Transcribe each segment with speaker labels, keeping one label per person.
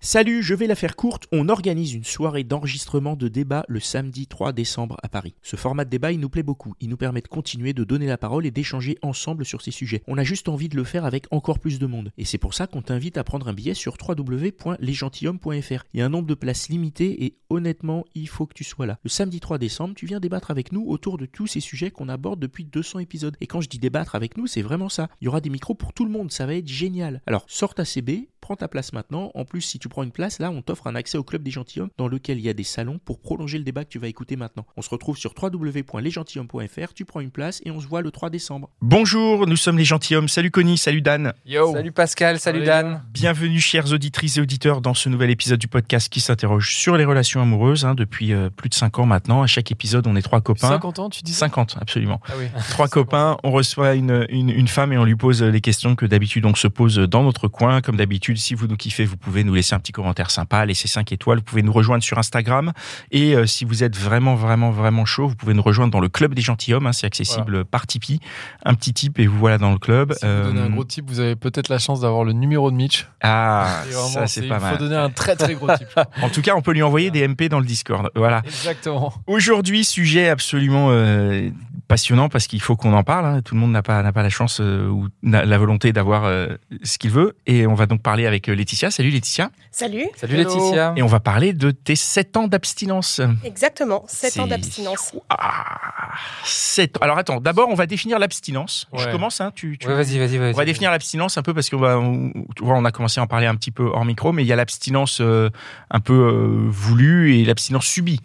Speaker 1: Salut, je vais la faire courte. On organise une soirée d'enregistrement de débat le samedi 3 décembre à Paris. Ce format de débat, il nous plaît beaucoup. Il nous permet de continuer de donner la parole et d'échanger ensemble sur ces sujets. On a juste envie de le faire avec encore plus de monde. Et c'est pour ça qu'on t'invite à prendre un billet sur www.lesgentilhommes.fr. Il y a un nombre de places limité et honnêtement, il faut que tu sois là. Le samedi 3 décembre, tu viens débattre avec nous autour de tous ces sujets qu'on aborde depuis 200 épisodes. Et quand je dis débattre avec nous, c'est vraiment ça. Il y aura des micros pour tout le monde, ça va être génial. Alors, sors ta CB, prends ta place maintenant. En plus, si tu prends une place, là, on t'offre un accès au club des gentilshommes dans lequel il y a des salons pour prolonger le débat que tu vas écouter maintenant. On se retrouve sur www.lesgentilhommes.fr, tu prends une place et on se voit le 3 décembre.
Speaker 2: Bonjour, nous sommes les gentilshommes. Salut Connie, salut Dan.
Speaker 3: Yo.
Speaker 4: Salut Pascal, salut
Speaker 3: Salut.
Speaker 4: Dan.
Speaker 2: Bienvenue, chères auditrices et auditeurs, dans ce nouvel épisode du podcast qui s'interroge sur les relations amoureuses hein, depuis euh, plus de 5 ans maintenant. À chaque épisode, on est trois copains.
Speaker 3: 50 ans, tu dis
Speaker 2: 50, absolument.
Speaker 3: Hein Ah oui.
Speaker 2: Trois copains, on reçoit une, une- une femme et on lui pose les questions que d'habitude on se pose dans notre coin. Comme d'habitude, si vous nous kiffez, vous pouvez nous laisser un petit commentaire sympa, laisser 5 étoiles, vous pouvez nous rejoindre sur Instagram. Et euh, si vous êtes vraiment, vraiment, vraiment chaud, vous pouvez nous rejoindre dans le club des gentilshommes. hein, c'est accessible par Tipeee. Un petit tip et vous voilà dans le club.
Speaker 3: Si vous donnez
Speaker 2: Euh,
Speaker 3: un gros type, vous avez peut-être la chance d'avoir le numéro de Mitch.
Speaker 2: Ah,
Speaker 3: Et vraiment,
Speaker 2: ça c'est pas
Speaker 3: Il
Speaker 2: mal.
Speaker 3: faut donner un très très gros type.
Speaker 2: En tout cas, on peut lui envoyer des MP dans le Discord. Voilà.
Speaker 3: Exactement.
Speaker 2: Aujourd'hui, sujet absolument euh, passionnant parce qu'il faut qu'on en parle. hein. Tout le monde n'a pas, n'a pas la chance euh, ou n'a- la volonté d'avoir euh, ce qu'il veut. Et on va donc parler avec euh, Laetitia. Salut Laetitia.
Speaker 5: Salut,
Speaker 4: Salut
Speaker 3: Hello.
Speaker 4: Laetitia.
Speaker 2: Et on va parler de tes 7 ans d'abstinence.
Speaker 5: exactement, 7 ans
Speaker 2: C'est-
Speaker 5: d'abstinence.
Speaker 2: Ah, 7 ans. Alors attends, d'abord, on va définir l'abstinence. Je
Speaker 3: Ouais.
Speaker 2: commence, hein, tu, tu-
Speaker 4: Ouais, vas-y, vas-y, vas-y.
Speaker 2: On va définir l'abstinence un peu parce que bah, on, tu vois, on a commencé à en parler un petit peu hors micro, mais il y a l'abstinence euh, un peu euh, voulue et l'abstinence subie.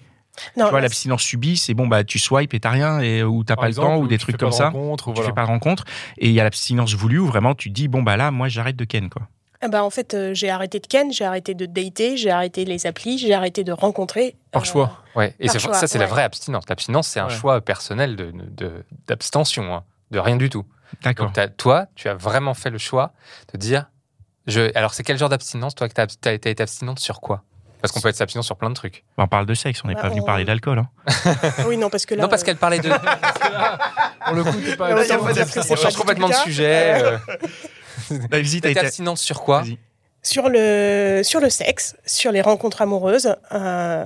Speaker 5: Non,
Speaker 2: tu vois,
Speaker 5: là,
Speaker 2: l'abstinence subie, c'est bon, bah, tu swipes et t'as rien, et, euh, ou t'as
Speaker 3: Ah, Par
Speaker 2: pas
Speaker 3: exemple,
Speaker 2: le temps, ou
Speaker 3: tu
Speaker 2: des
Speaker 3: fais
Speaker 2: trucs
Speaker 3: pas
Speaker 2: comme
Speaker 3: de
Speaker 2: ça.
Speaker 3: rencontre,
Speaker 2: Tu
Speaker 3: voilà.
Speaker 2: fais pas de rencontre. Et il y a l'abstinence voulue où vraiment tu te dis, bon, bah là, moi, j'arrête de ken, quoi.
Speaker 5: ah bah, en fait, euh, j'ai arrêté de ken, j'ai arrêté de dater, j'ai arrêté les applis, j'ai arrêté de rencontrer.
Speaker 3: Par
Speaker 5: Euh,
Speaker 3: choix.
Speaker 4: Ouais. Et
Speaker 5: Par
Speaker 4: c'est-
Speaker 5: choix,
Speaker 4: ça, c'est la
Speaker 5: ouais.
Speaker 4: vraie abstinence. L'abstinence, c'est un
Speaker 3: Ouais.
Speaker 4: choix personnel de- de- d'abstention, de, de rien du tout.
Speaker 2: D'accord.
Speaker 4: Donc, t'as- toi, tu as vraiment fait le choix de dire. Je... Alors, c'est quel genre d'abstinence, toi, que t'as as été abstinente sur quoi Parce qu'on peut être abstinent sur plein de trucs.
Speaker 2: Bah, on parle de sexe, on n'est
Speaker 5: Bah,
Speaker 2: pas venu
Speaker 5: on-
Speaker 2: parler d'alcool. hein.
Speaker 5: Oui, non, parce que là.
Speaker 4: non, parce
Speaker 5: euh,
Speaker 4: qu'elle parlait de.
Speaker 3: Pour le coup, t'es pas.
Speaker 5: Ah ouais,
Speaker 3: t'es
Speaker 5: on
Speaker 3: pas
Speaker 5: va dire que
Speaker 3: abstinent.
Speaker 5: c'est
Speaker 4: On
Speaker 5: pas
Speaker 4: change
Speaker 5: du
Speaker 4: complètement
Speaker 5: tout
Speaker 4: de
Speaker 5: le cas.
Speaker 4: sujet. euh,
Speaker 2: La
Speaker 3: Bah,
Speaker 2: visite
Speaker 4: T'as
Speaker 2: a
Speaker 4: été
Speaker 2: été.
Speaker 4: abstinente sur quoi
Speaker 2: Vas-y.
Speaker 5: sur, le, sur le sexe, sur les rencontres amoureuses. euh,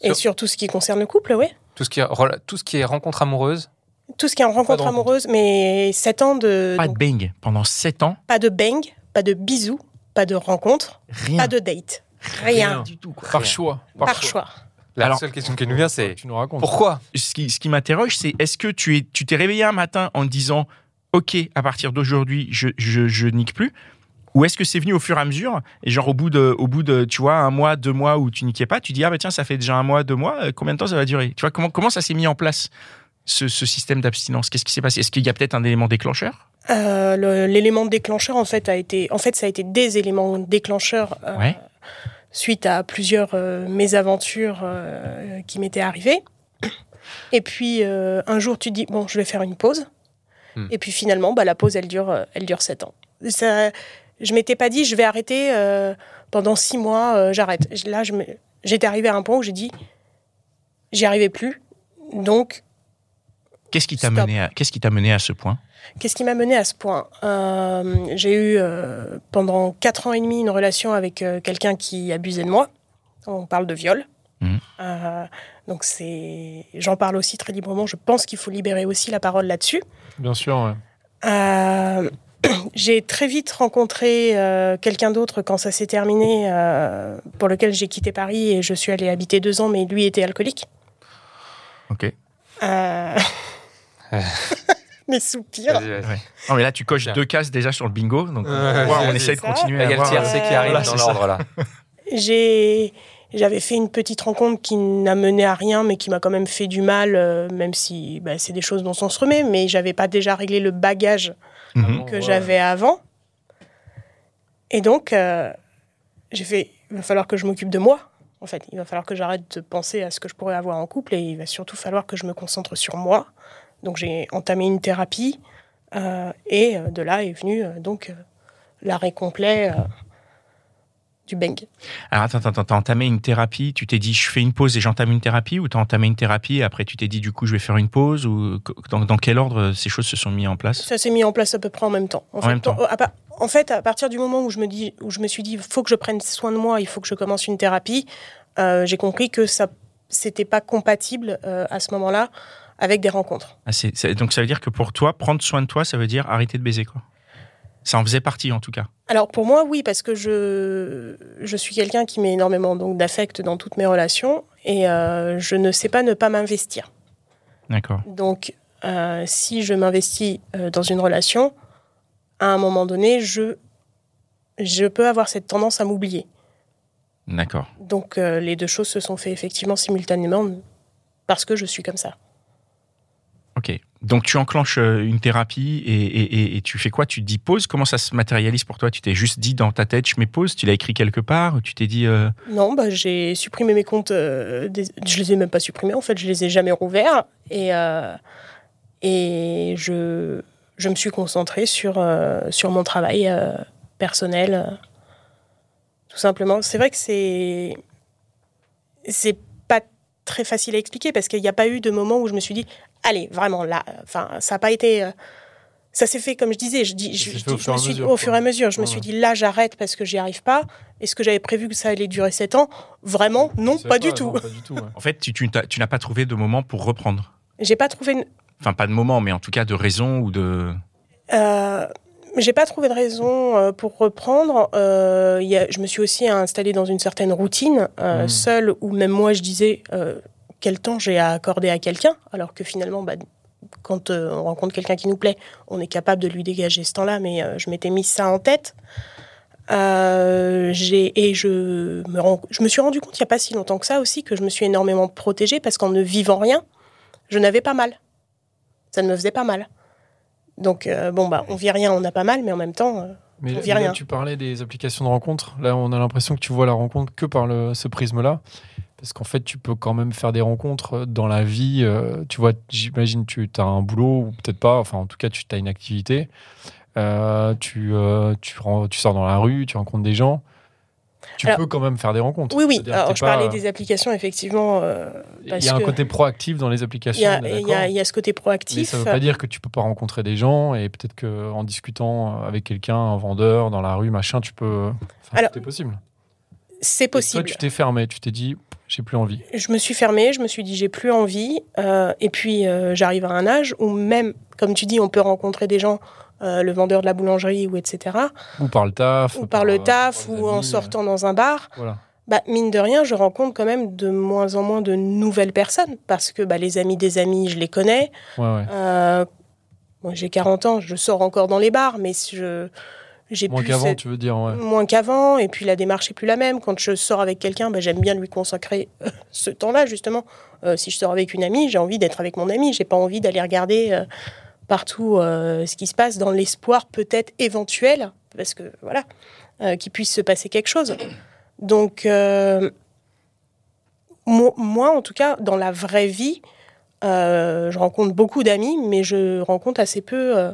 Speaker 5: Et
Speaker 4: Sur-
Speaker 5: sur tout ce qui concerne le couple, oui.
Speaker 4: tout ce, qui est, rela- tout ce qui est rencontre amoureuse.
Speaker 5: Tout ce qui est en rencontre
Speaker 3: rencontre.
Speaker 5: amoureuse, mais 7 ans de.
Speaker 2: Pas de
Speaker 5: donc,
Speaker 2: bang. Pendant 7 ans,
Speaker 5: pas de bang, pas de bisous, pas de rencontre,
Speaker 2: rien.
Speaker 5: pas de date. Rien.
Speaker 2: du tout, quoi.
Speaker 3: Par choix.
Speaker 5: Par choix.
Speaker 4: La
Speaker 2: Alors-
Speaker 4: seule question qui nous vient, c'est
Speaker 3: Tu nous racontes.
Speaker 4: pourquoi
Speaker 2: Ce qui, ce qui m'interroge, c'est est-ce que tu es- tu t'es réveillé un matin en te disant, OK, à partir d'aujourd'hui, je, je, je nique plus ou est-ce que c'est venu au fur et à mesure et genre au bout de au bout de tu vois un mois deux mois où tu niquais pas tu dis ah bah tiens ça fait déjà un mois deux mois euh, combien de temps ça va durer tu vois comment comment ça s'est mis en place ce, ce système d'abstinence qu'est-ce qui s'est passé est-ce qu'il y a peut-être un élément déclencheur
Speaker 5: Euh, le- L'élément déclencheur, en fait, a été, en fait, ça a été des éléments déclencheurs euh,
Speaker 2: Ouais.
Speaker 5: suite à plusieurs euh, mésaventures euh, qui m'étaient arrivées. Et puis, euh, un jour, tu te dis, bon, je vais faire une pause.
Speaker 4: Hmm.
Speaker 5: Et puis, finalement, bah, la pause, elle dure, euh, elle dure 7 ans. Ça, je m'étais pas dit, je vais arrêter euh, pendant 6 mois, euh, j'arrête. Je- Là, je me- j'étais arrivée à un point où j'ai dit, j'y arrivais plus. Donc,
Speaker 2: Qu'est-ce qui t'a
Speaker 5: Stop.
Speaker 2: mené à qu'est-ce qui t'a mené à ce point
Speaker 5: Qu'est-ce qui m'a mené à ce point Euh, J'ai eu euh, pendant 4 ans et demi une relation avec euh, quelqu'un qui abusait de moi. On parle de viol.
Speaker 2: Mhm.
Speaker 5: Euh, donc c'est, j'en parle aussi très librement. Je pense qu'il faut libérer aussi la parole là-dessus.
Speaker 3: Bien sûr, ouais.
Speaker 5: Euh, j'ai très vite rencontré euh, quelqu'un d'autre quand ça s'est terminé, euh, pour lequel j'ai quitté Paris et je suis allée habiter deux ans, mais lui était alcoolique.
Speaker 2: Ok.
Speaker 5: Euh, Mes soupirs.
Speaker 4: Vas-y, vas-y.
Speaker 2: Ouais. Non mais là tu coches
Speaker 4: Tiens.
Speaker 2: deux cases déjà sur le bingo donc
Speaker 4: Ouais,
Speaker 2: on, voit,
Speaker 4: vas-y,
Speaker 2: on
Speaker 4: vas-y.
Speaker 2: essaie de
Speaker 5: Ça.
Speaker 2: continuer
Speaker 4: Là, Il
Speaker 2: à
Speaker 4: y a le
Speaker 2: voir.
Speaker 4: tiercé qui arrive
Speaker 2: Voilà,
Speaker 4: dans
Speaker 2: c'est ça.
Speaker 4: l'ordre là.
Speaker 5: J'ai, j'avais fait une petite rencontre qui n'a mené à rien, mais qui m'a quand même fait du mal, euh, même si bah, c'est des choses dont on se remet. Mais j'avais pas déjà réglé le bagage
Speaker 2: Mhm.
Speaker 3: Bon,
Speaker 5: que
Speaker 3: Oh, ouais.
Speaker 5: j'avais avant. Et donc, euh, j'ai fait. Il va falloir que je m'occupe de moi. En fait, il va falloir que j'arrête de penser à ce que je pourrais avoir en couple, et il va surtout falloir que je me concentre sur moi. Donc, j'ai entamé une thérapie, euh, et euh, de là est venue euh, donc euh, l'arrêt complet. euh, du bang.
Speaker 2: Alors attends, attends, t'as entamé une thérapie, tu t'es dit je fais une pause et j'entame une thérapie, ou t'as entamé une thérapie et après tu t'es dit du coup je vais faire une pause, ou co- dans, dans quel ordre euh, ces choses se sont mises en place
Speaker 5: Ça s'est mis en place à peu près en même temps. En, fait,
Speaker 2: même temps.
Speaker 5: en- à pa- en fait, à partir du moment où je me, dis, où je me suis dit, il faut que je prenne soin de moi, il faut que je commence une thérapie, euh, j'ai compris que ça c'était pas compatible euh, à ce moment-là avec des rencontres.
Speaker 2: Ah, c'est- c'est- Donc ça veut dire que pour toi, prendre soin de toi, ça veut dire arrêter de baiser quoi. Ça en faisait partie en tout cas.
Speaker 5: Alors pour moi, oui, parce que je, je suis quelqu'un qui met énormément donc d'affect dans toutes mes relations et euh, je ne sais pas ne pas m'investir.
Speaker 2: D'accord.
Speaker 5: Donc, euh, si je m'investis euh, dans une relation, à un moment donné, je, je peux avoir cette tendance à m'oublier.
Speaker 2: D'accord.
Speaker 5: Donc, euh, les deux choses se sont fait effectivement simultanément parce que je suis comme ça.
Speaker 2: Ok. Donc tu enclenches euh, une thérapie et, et- et- et tu fais quoi Tu te dis pause Comment ça se matérialise pour toi Tu t'es juste dit dans ta tête je mets pause Tu l'as écrit quelque part ou Tu t'es dit euh,
Speaker 5: Non, bah, j'ai supprimé mes comptes. euh, des- Je les ai même pas supprimés, en fait, je les ai jamais rouverts. Et, euh, et je, je me suis concentrée sur, euh, sur mon travail euh, personnel, euh, tout simplement. C'est vrai que c'est. C'est pas très facile à expliquer parce qu'il n'y a pas eu de moment où je me suis dit, allez, vraiment, là. Enfin, ça n'a pas été. euh, ça s'est fait comme je disais, je dis,
Speaker 3: Ça
Speaker 5: je,
Speaker 3: s'est
Speaker 5: je-
Speaker 3: fait au
Speaker 5: je
Speaker 3: fur
Speaker 5: me
Speaker 3: et à
Speaker 5: suis,
Speaker 3: mesure,
Speaker 5: au
Speaker 3: quoi.
Speaker 5: fur et à mesure, je me
Speaker 3: Ouais.
Speaker 5: suis dit là j'arrête parce que j'y arrive pas. Est-ce que j'avais prévu que ça allait durer 7 ans Vraiment, non,
Speaker 3: C'est
Speaker 5: pas, du tout.
Speaker 3: non, Pas du tout. ouais.
Speaker 2: En fait, tu, tu t'as- tu n'as pas trouvé de moment pour reprendre.
Speaker 5: J'ai pas trouvé, une-
Speaker 2: Enfin, pas de moment, mais en tout cas de raison ou de.
Speaker 5: euh, j'ai pas trouvé de raison euh, pour reprendre. Euh, il y a- je me suis aussi installée dans une certaine routine, euh,
Speaker 3: Mm.
Speaker 5: seule, où même moi je disais euh, quel temps j'ai à accorder à quelqu'un, alors que finalement, bah, quand euh, on rencontre quelqu'un qui nous plaît, on est capable de lui dégager ce temps-là, mais euh, je m'étais mis ça en tête. Euh, j'ai- et je me, rends- je me suis rendu compte il n'y a pas si longtemps que ça aussi que je me suis énormément protégée parce qu'en ne vivant rien, je n'avais pas mal. Ça ne me faisait pas mal. Donc, euh, bon, bah, on vit rien, on a pas mal, mais en même temps, euh,
Speaker 3: Mais
Speaker 5: On
Speaker 3: là,
Speaker 5: vit
Speaker 3: mais là,
Speaker 5: rien.
Speaker 3: tu parlais des applications de rencontres. Là, on a l'impression que tu vois la rencontre que par le- ce prisme-là. Parce qu'en fait, tu peux quand même faire des rencontres euh, dans la vie. euh, tu vois, j'imagine, tu as un boulot ou peut-être pas. Enfin, en tout cas, tu as une activité. Euh, tu, euh, tu, ren- tu sors dans la rue, tu rencontres des gens. Tu
Speaker 5: Alors-
Speaker 3: peux quand même faire des rencontres.
Speaker 5: oui, oui.
Speaker 3: C'est-à-dire que
Speaker 5: Alors,
Speaker 3: t'es
Speaker 5: je
Speaker 3: pas- euh,
Speaker 5: parlais des applications, effectivement. euh, parce
Speaker 3: Il y a un
Speaker 5: que-
Speaker 3: côté proactif dans les
Speaker 5: Il
Speaker 3: applications.
Speaker 5: y, a-
Speaker 3: on est
Speaker 5: il y
Speaker 3: d'accord.
Speaker 5: a- il y a ce côté
Speaker 3: Mais
Speaker 5: proactif.
Speaker 3: ça ne veut pas dire que tu peux pas rencontrer des gens et peut-être que en discutant avec quelqu'un, un vendeur dans la rue, machin, tu peux. Enfin,
Speaker 5: Alors,
Speaker 3: tout est possible.
Speaker 5: C'est
Speaker 3: Et Toi,
Speaker 5: possible.
Speaker 3: tu t'es fermé, tu t'es dit, j'ai plus envie.
Speaker 5: je me suis fermée, je me suis dit j'ai plus envie. euh, et puis euh, j'arrive à un âge où même, comme tu dis, on peut rencontrer des gens, euh, le vendeur de la boulangerie ou etc.
Speaker 3: Ou par le taf.
Speaker 5: ou par le taf,
Speaker 3: par les
Speaker 5: ou en
Speaker 3: amis,
Speaker 5: sortant dans un bar.
Speaker 3: euh, Voilà.
Speaker 5: Bah, mine de rien, je rencontre quand même de moins en moins de nouvelles personnes parce que bah, les amis des amis, je les connais.
Speaker 3: Ouais, ouais.
Speaker 5: Euh, moi, j'ai 40 ans, je sors encore dans les bars, mais je j'ai
Speaker 3: Moins
Speaker 5: plus
Speaker 3: qu'avant,
Speaker 5: cette-
Speaker 3: tu veux dire. Ouais.
Speaker 5: moins qu'avant. Et puis la démarche est plus la même. Quand je sors avec quelqu'un, ben, j'aime bien lui consacrer euh, ce temps-là justement. Euh, si je sors avec une amie, j'ai envie d'être avec mon amie. J'ai pas envie d'aller regarder euh, partout euh, ce qui se passe dans l'espoir peut-être éventuel, parce que voilà, euh, qu'il puisse se passer quelque chose. Donc euh, mo- moi, en tout cas, dans la vraie vie. euh, je rencontre beaucoup d'amis, mais je rencontre assez peu euh,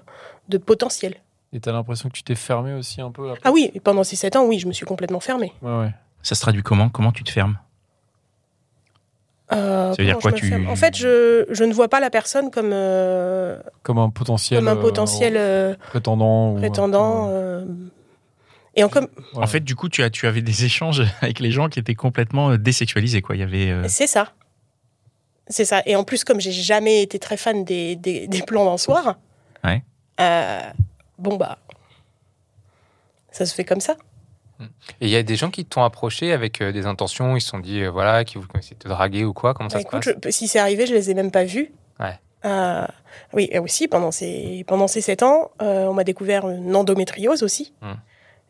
Speaker 5: de potentiel.
Speaker 3: Et t'as l'impression que tu t'es fermé aussi un peu. Là.
Speaker 5: Ah oui, et pendant ces 7 ans, oui, je me suis complètement fermée.
Speaker 3: Ouais, ouais.
Speaker 2: Ça se traduit comment Comment tu te fermes
Speaker 5: Euh,
Speaker 2: Ça veut dire
Speaker 5: comment
Speaker 2: quoi,
Speaker 5: je me
Speaker 2: tu-
Speaker 5: ferme En fait, je, je ne vois pas la personne comme, euh,
Speaker 3: Comme un potentiel.
Speaker 5: comme un
Speaker 3: euh,
Speaker 5: potentiel euh,
Speaker 3: prétendant. ou-
Speaker 5: prétendant. euh, et en comme
Speaker 3: Voilà.
Speaker 2: En fait, du coup, tu, as, tu avais des échanges avec les gens qui étaient complètement euh, désexualisés. Quoi. Il y avait, euh,
Speaker 5: c'est ça, c'est ça. Et en plus, comme j'ai jamais été très fan des, des, des plans d'un soir,
Speaker 2: Ouais.
Speaker 5: euh, bon bah, ça se fait comme ça.
Speaker 4: Et il y a des gens qui t'ont approché avec euh, des intentions, ils se sont dit, euh, voilà, qui voulaient essayer de te draguer ou quoi, comment ça
Speaker 5: Bah,
Speaker 4: se
Speaker 5: écoute,
Speaker 4: passe
Speaker 5: je- si c'est arrivé, je les ai même pas vus.
Speaker 4: Ouais.
Speaker 5: Euh, oui, et aussi, pendant ces, pendant ces 7 ans, euh, on m'a découvert une endométriose aussi.
Speaker 4: Hmm.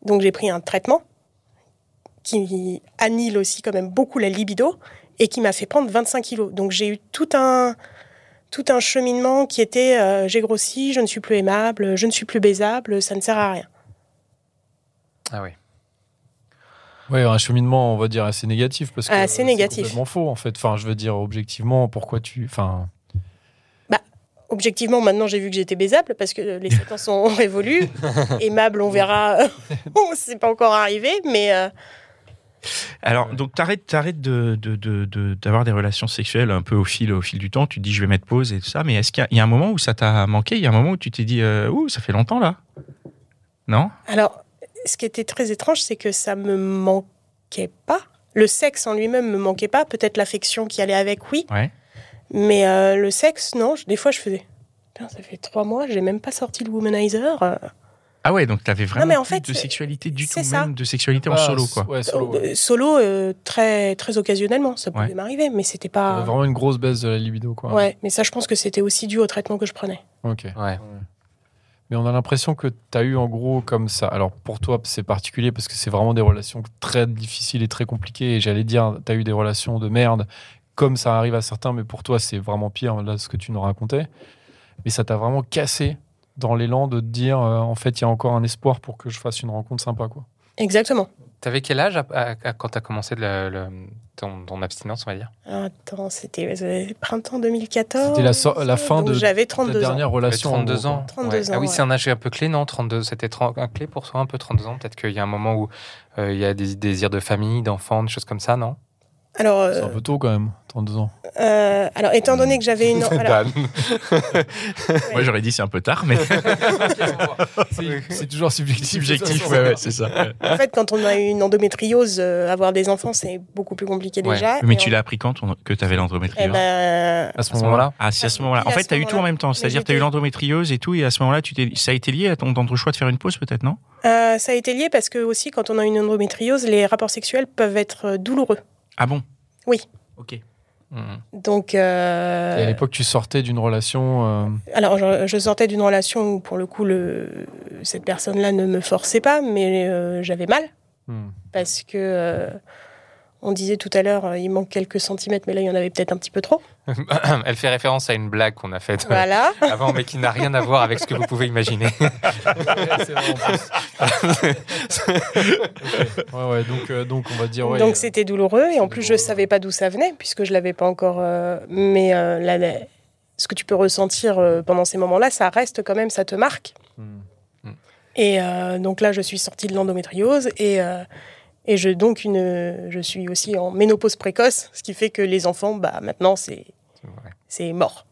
Speaker 5: Donc j'ai pris un traitement qui annule aussi quand même beaucoup la libido et qui m'a fait prendre 25 kilos. Donc j'ai eu tout un, tout un cheminement qui était euh, j'ai grossi, je ne suis plus aimable, je ne suis plus baisable, ça ne sert à rien.
Speaker 4: Ah oui.
Speaker 3: Ouais, un cheminement, on va dire, assez négatif. Parce que
Speaker 5: Assez négatif.
Speaker 3: C'est complètement faux, en fait. Enfin, je veux dire, objectivement, pourquoi tu. Enfin.
Speaker 5: Objectivement, maintenant j'ai vu que j'étais baisable parce que les 7 ans sont révolus. Aimable, on verra, on c'est pas encore arrivé, mais. euh,
Speaker 2: Alors, donc, t'arrêtes, t'arrêtes de, de- de- de- d'avoir des relations sexuelles un peu au fil, au fil du temps. Tu te dis, je vais mettre pause et tout ça. Mais est-ce qu'il y a, il y a un moment où ça t'a manqué Il y a un moment où tu t'es dit, euh, ouh, ça fait longtemps là Non
Speaker 5: Alors, ce qui était très étrange, c'est que ça me manquait pas. Le sexe en lui-même me manquait pas. Peut-être l'affection qui allait avec, oui.
Speaker 2: Ouais.
Speaker 5: Mais euh, le sexe, non. je- des fois, je faisais. Putain, ça fait trois mois, j'ai même pas sorti le womanizer. euh,
Speaker 2: Ah ouais, donc t'avais vraiment
Speaker 5: mais en
Speaker 2: plus
Speaker 5: fait,
Speaker 2: de sexualité du tout,
Speaker 5: c'est
Speaker 2: même
Speaker 5: ça.
Speaker 2: de sexualité en
Speaker 3: Ah,
Speaker 2: solo, quoi.
Speaker 3: Ouais, solo. ouais.
Speaker 5: euh, solo, euh, très, très occasionnellement. Ça pouvait
Speaker 2: Ouais.
Speaker 5: m'arriver, mais c'était
Speaker 3: Il y avait
Speaker 5: pas.
Speaker 3: vraiment une grosse baisse de la libido, quoi.
Speaker 5: Ah. Ouais, mais ça, je pense que c'était aussi dû au traitement que je prenais.
Speaker 3: Ok.
Speaker 4: Ouais.
Speaker 3: Mais on a l'impression que tu as eu en gros comme ça. Alors pour toi, c'est particulier parce que c'est vraiment des relations très difficiles et très compliquées. Et j'allais dire, tu as eu des relations de merde, comme ça arrive à certains, mais pour toi, c'est vraiment pire, là, ce que tu nous racontais. Mais ça t'a vraiment cassé dans l'élan de te dire, euh, en fait, il y a encore un espoir pour que je fasse une rencontre sympa, quoi.
Speaker 5: Exactement.
Speaker 4: T'avais quel âge à- à- à- quand t'as commencé le- le- ton, ton abstinence, on va dire
Speaker 5: Alors, Attends, c'était euh, printemps 2014.
Speaker 3: C'était la so- la fin
Speaker 5: donc
Speaker 3: de
Speaker 5: J'avais
Speaker 3: Ta
Speaker 5: 32 ans.
Speaker 3: dernière relation. en
Speaker 4: 32
Speaker 3: gros,
Speaker 4: Euh, ans.
Speaker 3: quoi.
Speaker 4: ouais.
Speaker 5: 32 ans,
Speaker 4: Ah oui,
Speaker 5: ouais.
Speaker 4: c'est un âge un peu clé, non 32, c'était tren- un clé pour toi, un peu 32 ans. Peut-être qu'il y a un moment où euh, il y a des désirs de famille, d'enfants, des choses comme ça, non
Speaker 5: Alors,
Speaker 3: C'est un
Speaker 5: euh,
Speaker 3: peu tôt quand même, 32 ans.
Speaker 5: euh, alors, étant donné que j'avais une. alors,
Speaker 2: Moi, j'aurais dit c'est un peu tard, mais
Speaker 3: C'est toujours subjectif.
Speaker 2: subjectif, ouais, ouais, c'est ça.
Speaker 5: en fait, quand on a une endométriose, euh, avoir des enfants, c'est beaucoup plus compliqué
Speaker 4: Ouais.
Speaker 5: déjà.
Speaker 2: Mais
Speaker 5: Et
Speaker 2: tu
Speaker 5: en-
Speaker 2: l'as appris quand ton- que t'avais
Speaker 5: Eh
Speaker 3: hein.
Speaker 2: l'endométriose
Speaker 5: ben,
Speaker 4: À
Speaker 3: À ce
Speaker 4: ce
Speaker 3: moment-là.
Speaker 4: moment-là
Speaker 2: Ah, c'est à ce
Speaker 5: Ah,
Speaker 2: moment-là. En
Speaker 5: oui, à
Speaker 2: fait,
Speaker 5: ce
Speaker 2: t'as eu tout en
Speaker 5: moment-là.
Speaker 2: même temps. C'est-à-dire, t'as eu
Speaker 5: j'étais-
Speaker 2: l'endométriose et tout, et à ce moment-là, tu t'es... ça a été lié à ton, dans ton choix de faire une pause, peut-être, non
Speaker 5: euh, ça a été lié parce que aussi, quand on a une endométriose, les rapports sexuels peuvent être euh, douloureux.
Speaker 2: Ah bon
Speaker 5: Oui.
Speaker 2: Ok.
Speaker 4: Mhm.
Speaker 5: Donc, euh,
Speaker 3: Et à l'époque, tu sortais d'une relation. euh,
Speaker 5: alors je, je sortais d'une relation où, pour le coup, le, cette personne-là ne me forçait pas, mais euh, j'avais mal
Speaker 3: hmm.
Speaker 5: parce que. euh, on disait tout à l'heure, euh, il manque quelques centimètres, mais là, il y en avait peut-être un petit peu trop.
Speaker 4: Elle fait référence à une blague qu'on a faite euh,
Speaker 5: Voilà.
Speaker 4: avant, mais qui n'a rien à voir avec ce que vous pouvez imaginer.
Speaker 3: Ouais, ouais, donc, euh, donc on va dire. Ouais,
Speaker 5: Donc
Speaker 3: euh,
Speaker 5: c'était douloureux et
Speaker 3: c'est
Speaker 5: en plus je
Speaker 3: douloureux, ouais.
Speaker 5: savais pas d'où ça venait puisque je l'avais pas encore. euh, mais euh, la- la- ce que tu peux ressentir euh, pendant ces moments-là, ça reste quand même, ça te marque.
Speaker 3: hmm.
Speaker 5: Et euh, donc là, je suis sortie de l'endométriose et euh, et je donc une, je suis aussi en ménopause précoce, ce qui fait que les enfants, bah maintenant c'est
Speaker 4: Ouais.
Speaker 5: c'est mort.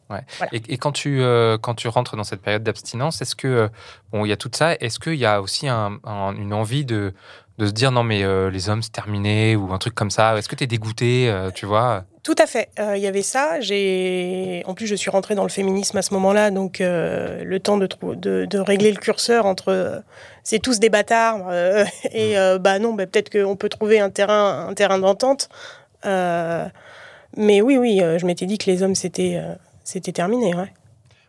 Speaker 4: Et, et quand, tu, euh, quand tu rentres dans cette période d'abstinence, est-ce que, euh, bon, il y a tout ça, est-ce qu'il y a aussi un- un- une envie de, de se dire non, mais euh, les hommes, c'est terminé, ou un truc comme ça Est-ce que tu es dégoûté, euh, tu vois
Speaker 5: Tout à fait. Euh, Il y avait ça. J'ai en plus je suis rentrée dans le féminisme à ce moment-là, donc euh, le temps de, trou- de de régler le curseur entre euh, c'est tous des bâtards euh, et euh, bah non, bah, peut-être qu'on peut trouver un terrain un terrain d'entente. Euh, mais oui, oui, euh, je m'étais dit que les hommes c'était euh, c'était terminé. Ouais.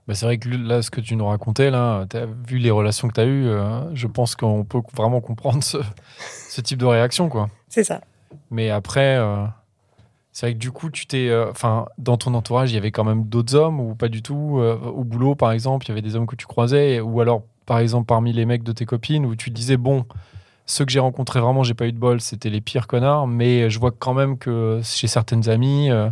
Speaker 3: Bah, c'est vrai que là, ce que tu nous racontais, là, as vu les relations que tu as eues, euh, je pense qu'on peut vraiment comprendre ce, ce type de réaction. quoi.
Speaker 5: C'est ça.
Speaker 3: Mais après, euh, c'est vrai que du coup, tu t'es. euh, Enfin, dans ton entourage, il y avait quand même d'autres hommes ou pas du tout. euh, au boulot, par exemple, il y avait des hommes que tu croisais. et- Ou alors, par exemple, parmi les mecs de tes copines, où tu disais, bon, ceux que j'ai rencontrés vraiment, j'ai pas eu de bol, c'était les pires connards. Mais je vois quand même que chez certaines amies, euh,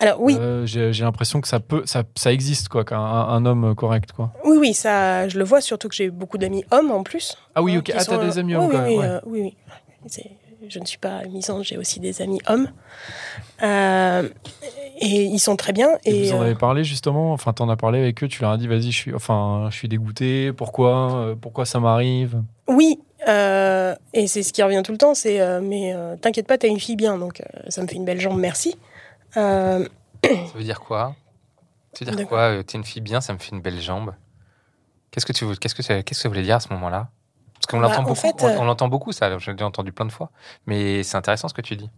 Speaker 5: Alors oui,
Speaker 3: euh, j'ai j'ai l'impression que ça peut, ça, ça existe, quoi, qu'un un homme correct, quoi.
Speaker 5: oui, oui, ça, je le vois surtout que j'ai beaucoup d'amis hommes en plus.
Speaker 3: Ah oui,
Speaker 5: hein,
Speaker 3: ok.
Speaker 5: qui
Speaker 3: Ah,
Speaker 5: sont,
Speaker 3: t'as des
Speaker 5: euh,
Speaker 3: amis
Speaker 5: oui,
Speaker 3: hommes,
Speaker 5: oui,
Speaker 3: quand même.
Speaker 5: oui,
Speaker 3: ouais.
Speaker 5: euh, oui, oui. C'est- Je ne suis pas misante, j'ai aussi des amis hommes. Euh, et ils sont très bien.
Speaker 3: Et
Speaker 5: Et,
Speaker 3: vous en
Speaker 5: euh,
Speaker 3: avez parlé justement, enfin t'en as parlé avec eux, tu leur as dit vas-y, je suis, enfin, je suis dégoûté, pourquoi, euh, pourquoi ça m'arrive
Speaker 5: oui, euh, et c'est ce qui revient tout le temps, c'est euh, mais euh, t'inquiète pas, t'as une fille bien, donc euh, ça me fait une belle jambe, merci. Euh,
Speaker 4: Ça veut dire quoi Ça veut dire
Speaker 5: D'accord.
Speaker 4: quoi euh, T'es une fille bien, ça me fait une belle jambe. Qu'est-ce que tu veux- qu'est-ce que ça- qu'est-ce que ça voulait dire à ce moment-là Parce qu'on
Speaker 5: Bah,
Speaker 4: l'entend
Speaker 5: en
Speaker 4: beaucoup,
Speaker 5: fait,
Speaker 4: on,
Speaker 5: euh,
Speaker 4: on l'entend beaucoup ça. Je l'ai entendu plein de fois, mais c'est intéressant ce que tu dis.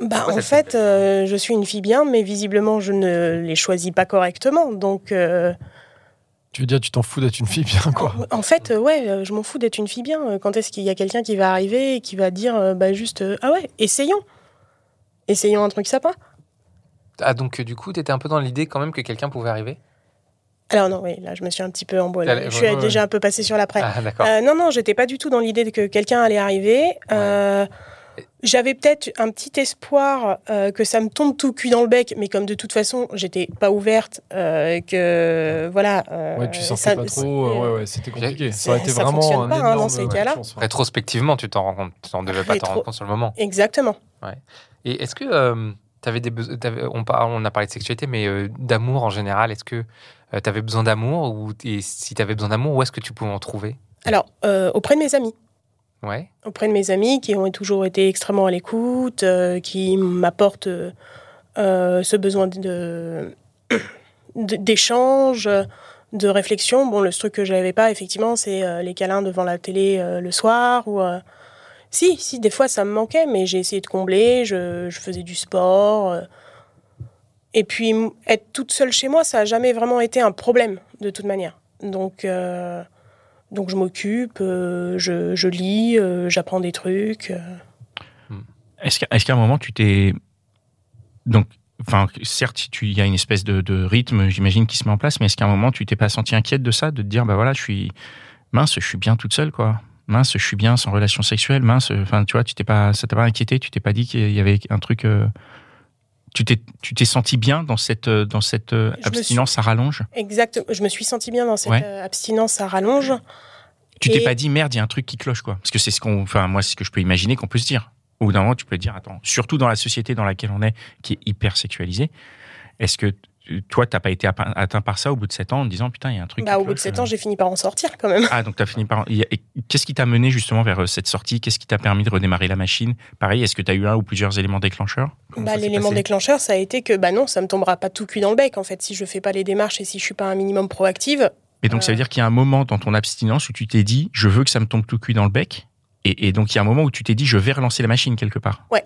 Speaker 5: bah,
Speaker 4: Pourquoi
Speaker 5: en
Speaker 4: ça te fait
Speaker 5: fait, euh, je suis une fille bien, mais visiblement, je ne les choisis pas correctement. Donc, euh,
Speaker 3: Tu veux dire, tu t'en fous d'être une fille bien, quoi.
Speaker 5: En fait, euh, ouais, euh, je m'en fous d'être une fille bien. Euh, Quand est-ce qu'il y a quelqu'un qui va arriver et qui va dire, euh, bah juste, euh, ah ouais, essayons, essayons un truc sympa.
Speaker 4: Ah donc euh, du coup, t'étais un peu dans l'idée quand même que quelqu'un pouvait arriver
Speaker 5: Alors non, oui, là, je me suis un petit peu
Speaker 4: T'as
Speaker 5: emboîlée.
Speaker 4: l'air-
Speaker 5: Je suis
Speaker 4: ouais, ouais.
Speaker 5: déjà un peu passée sur l'après.
Speaker 4: Ah d'accord.
Speaker 5: Euh, non, non, j'étais pas du tout dans l'idée que quelqu'un allait arriver. Euh, J'avais peut-être un petit espoir euh, que ça me tombe tout cuit dans le bec, mais comme de toute façon, j'étais pas ouverte, euh, que voilà. euh,
Speaker 3: Ouais, tu sortais
Speaker 5: ça-
Speaker 3: pas
Speaker 5: ça-
Speaker 3: trop. euh, ouais, ouais, c'était compliqué. Ça
Speaker 5: ça-
Speaker 3: aurait été
Speaker 5: ça
Speaker 3: vraiment
Speaker 5: fonctionne
Speaker 3: un
Speaker 5: pas, hein, dans
Speaker 3: énorme. euh,
Speaker 5: ces
Speaker 3: ouais,
Speaker 5: cas-là.
Speaker 3: chance, ouais.
Speaker 4: Rétrospectivement, tu t'en rends compte. Tu n'en devais pas t'en rendre
Speaker 5: Rétro-
Speaker 4: compte sur le moment.
Speaker 5: Exactement.
Speaker 4: Et est-ce que euh, t'avais des beso- t'avais- on, par- on a parlé de sexualité, mais euh, d'amour en général, est-ce que tu avais besoin d'amour ou et si tu avais besoin d'amour, où est-ce que tu pouvais en trouver
Speaker 5: Alors, euh, auprès de mes amis.
Speaker 4: Ouais.
Speaker 5: auprès de mes amis qui ont toujours été extrêmement à l'écoute, euh, qui m'apportent euh, euh, ce besoin de- de- d'échange, de, réflexion. Bon, le truc que je n'avais pas, effectivement, c'est euh, les câlins devant la télé euh, le soir. Ou, euh, Si, si, des fois, ça me manquait, mais j'ai essayé de combler, je, je faisais du sport. euh. Et puis, m- être toute seule chez moi, ça n'a jamais vraiment été un problème, de toute manière. Donc... euh, donc je m'occupe, euh, je, je lis, euh, j'apprends des trucs. euh.
Speaker 2: Est-ce qu'à est-ce qu'à un moment, tu t'es. Donc, enfin, certes, tu- il y a une espèce de, de rythme, j'imagine, qui se met en place, mais est-ce qu'à un moment, tu t'es pas senti inquiète de ça, de te dire, bah voilà, je suis. Mince, je suis bien toute seule, quoi. Mince, je suis bien sans relation sexuelle. Mince, enfin, tu vois, tu t'es pas, ça t'a pas inquiété, tu t'es pas dit qu'il y avait un truc. euh, Tu t'es, tu t'es senti bien dans cette, euh, dans cette euh,
Speaker 5: Je me suis-
Speaker 2: abstinence à rallonge.
Speaker 5: Exact, je me suis sentie bien dans cette
Speaker 2: Ouais.
Speaker 5: euh, abstinence à rallonge.
Speaker 2: Tu t'es
Speaker 5: Et-
Speaker 2: pas dit merde, il y a un truc qui cloche quoi. Parce que c'est ce qu'on, enfin moi c'est ce que je peux imaginer qu'on peut se dire. Au bout d'un moment, tu peux te dire attends, surtout dans la société dans laquelle on est, qui est hyper sexualisée, est-ce que t- toi t'as pas été appa- atteint par ça au bout de 7 ans en te disant putain il y a un truc.
Speaker 5: Bah,
Speaker 2: qui
Speaker 5: au bout de
Speaker 2: cloche,
Speaker 5: 7
Speaker 2: euh.
Speaker 5: ans, j'ai fini par en sortir quand même.
Speaker 2: Ah donc t'as fini par. et- et Qu'est-ce qui t'a mené justement vers euh, cette sortie Qu'est-ce qui t'a permis de redémarrer la machine Pareil, est-ce que t'as eu un ou plusieurs éléments déclencheurs Comment
Speaker 5: Bah,
Speaker 2: ça s'est
Speaker 5: L'élément
Speaker 2: passé
Speaker 5: déclencheur, ça a été que bah non, ça me tombera pas tout cuit dans le bec. En fait, si je fais pas les démarches et si je suis pas un minimum proactive,
Speaker 2: Mais donc, ça veut
Speaker 5: Euh.
Speaker 2: dire qu'il y a un moment dans ton abstinence où tu t'es dit, je veux que ça me tombe tout cuit dans le bec. Et, et donc, il y a un moment où tu t'es dit, je vais relancer la machine quelque part.
Speaker 5: Ouais.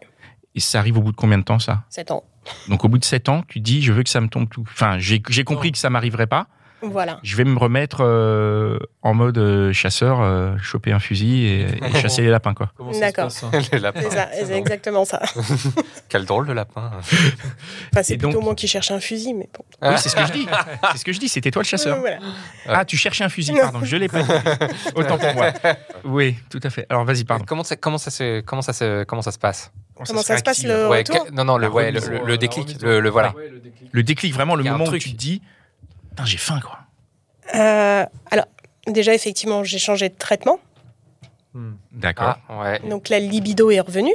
Speaker 2: Et ça arrive au bout de combien de temps, ça
Speaker 5: 7 ans.
Speaker 2: Donc, au bout de 7 ans, tu dis, je veux que ça me tombe tout. Enfin, j'ai j'ai compris que ça m'arriverait pas.
Speaker 5: Voilà.
Speaker 2: Je vais me remettre euh, en mode euh, chasseur, euh, choper un fusil et, et chasser les lapins, quoi.
Speaker 3: Comment ça se
Speaker 5: D'accord.
Speaker 3: passe, hein
Speaker 4: le lapin.
Speaker 5: C'est ça, c'est exactement ça.
Speaker 4: Quel drôle de lapin.
Speaker 5: Enfin, c'est
Speaker 2: Et donc-
Speaker 5: plutôt moi qui cherche un fusil, mais bon.
Speaker 2: Oui, c'est ce que je dis. C'est ce que je dis. C'était toi le chasseur.
Speaker 5: Voilà.
Speaker 2: Ah, tu cherchais un fusil,
Speaker 5: Non.
Speaker 2: pardon. Je l'ai pas dit. Autant pour moi. Oui, tout à fait. Alors, vas-y, pardon.
Speaker 4: Comment ça, comment ça se, comment ça se, comment ça se passe
Speaker 5: Comment ça se passe
Speaker 2: réactive.
Speaker 5: le
Speaker 4: Ouais,
Speaker 5: retour
Speaker 4: que- non, non, le,
Speaker 2: La
Speaker 4: ouais, le,
Speaker 2: remise,
Speaker 4: le-
Speaker 3: euh,
Speaker 4: le
Speaker 3: la
Speaker 4: déclic,
Speaker 3: remise
Speaker 4: le, le- voilà.
Speaker 3: Ouais, le déclic.
Speaker 2: le déclic, vraiment le
Speaker 4: Il y a un
Speaker 2: moment où
Speaker 4: truc.
Speaker 2: tu te dis, Putain, j'ai faim, quoi.
Speaker 5: Euh, Alors, déjà, effectivement, j'ai changé de traitement.
Speaker 3: Hmm.
Speaker 2: D'accord.
Speaker 4: Ah, ouais.
Speaker 5: Donc, la libido est revenue.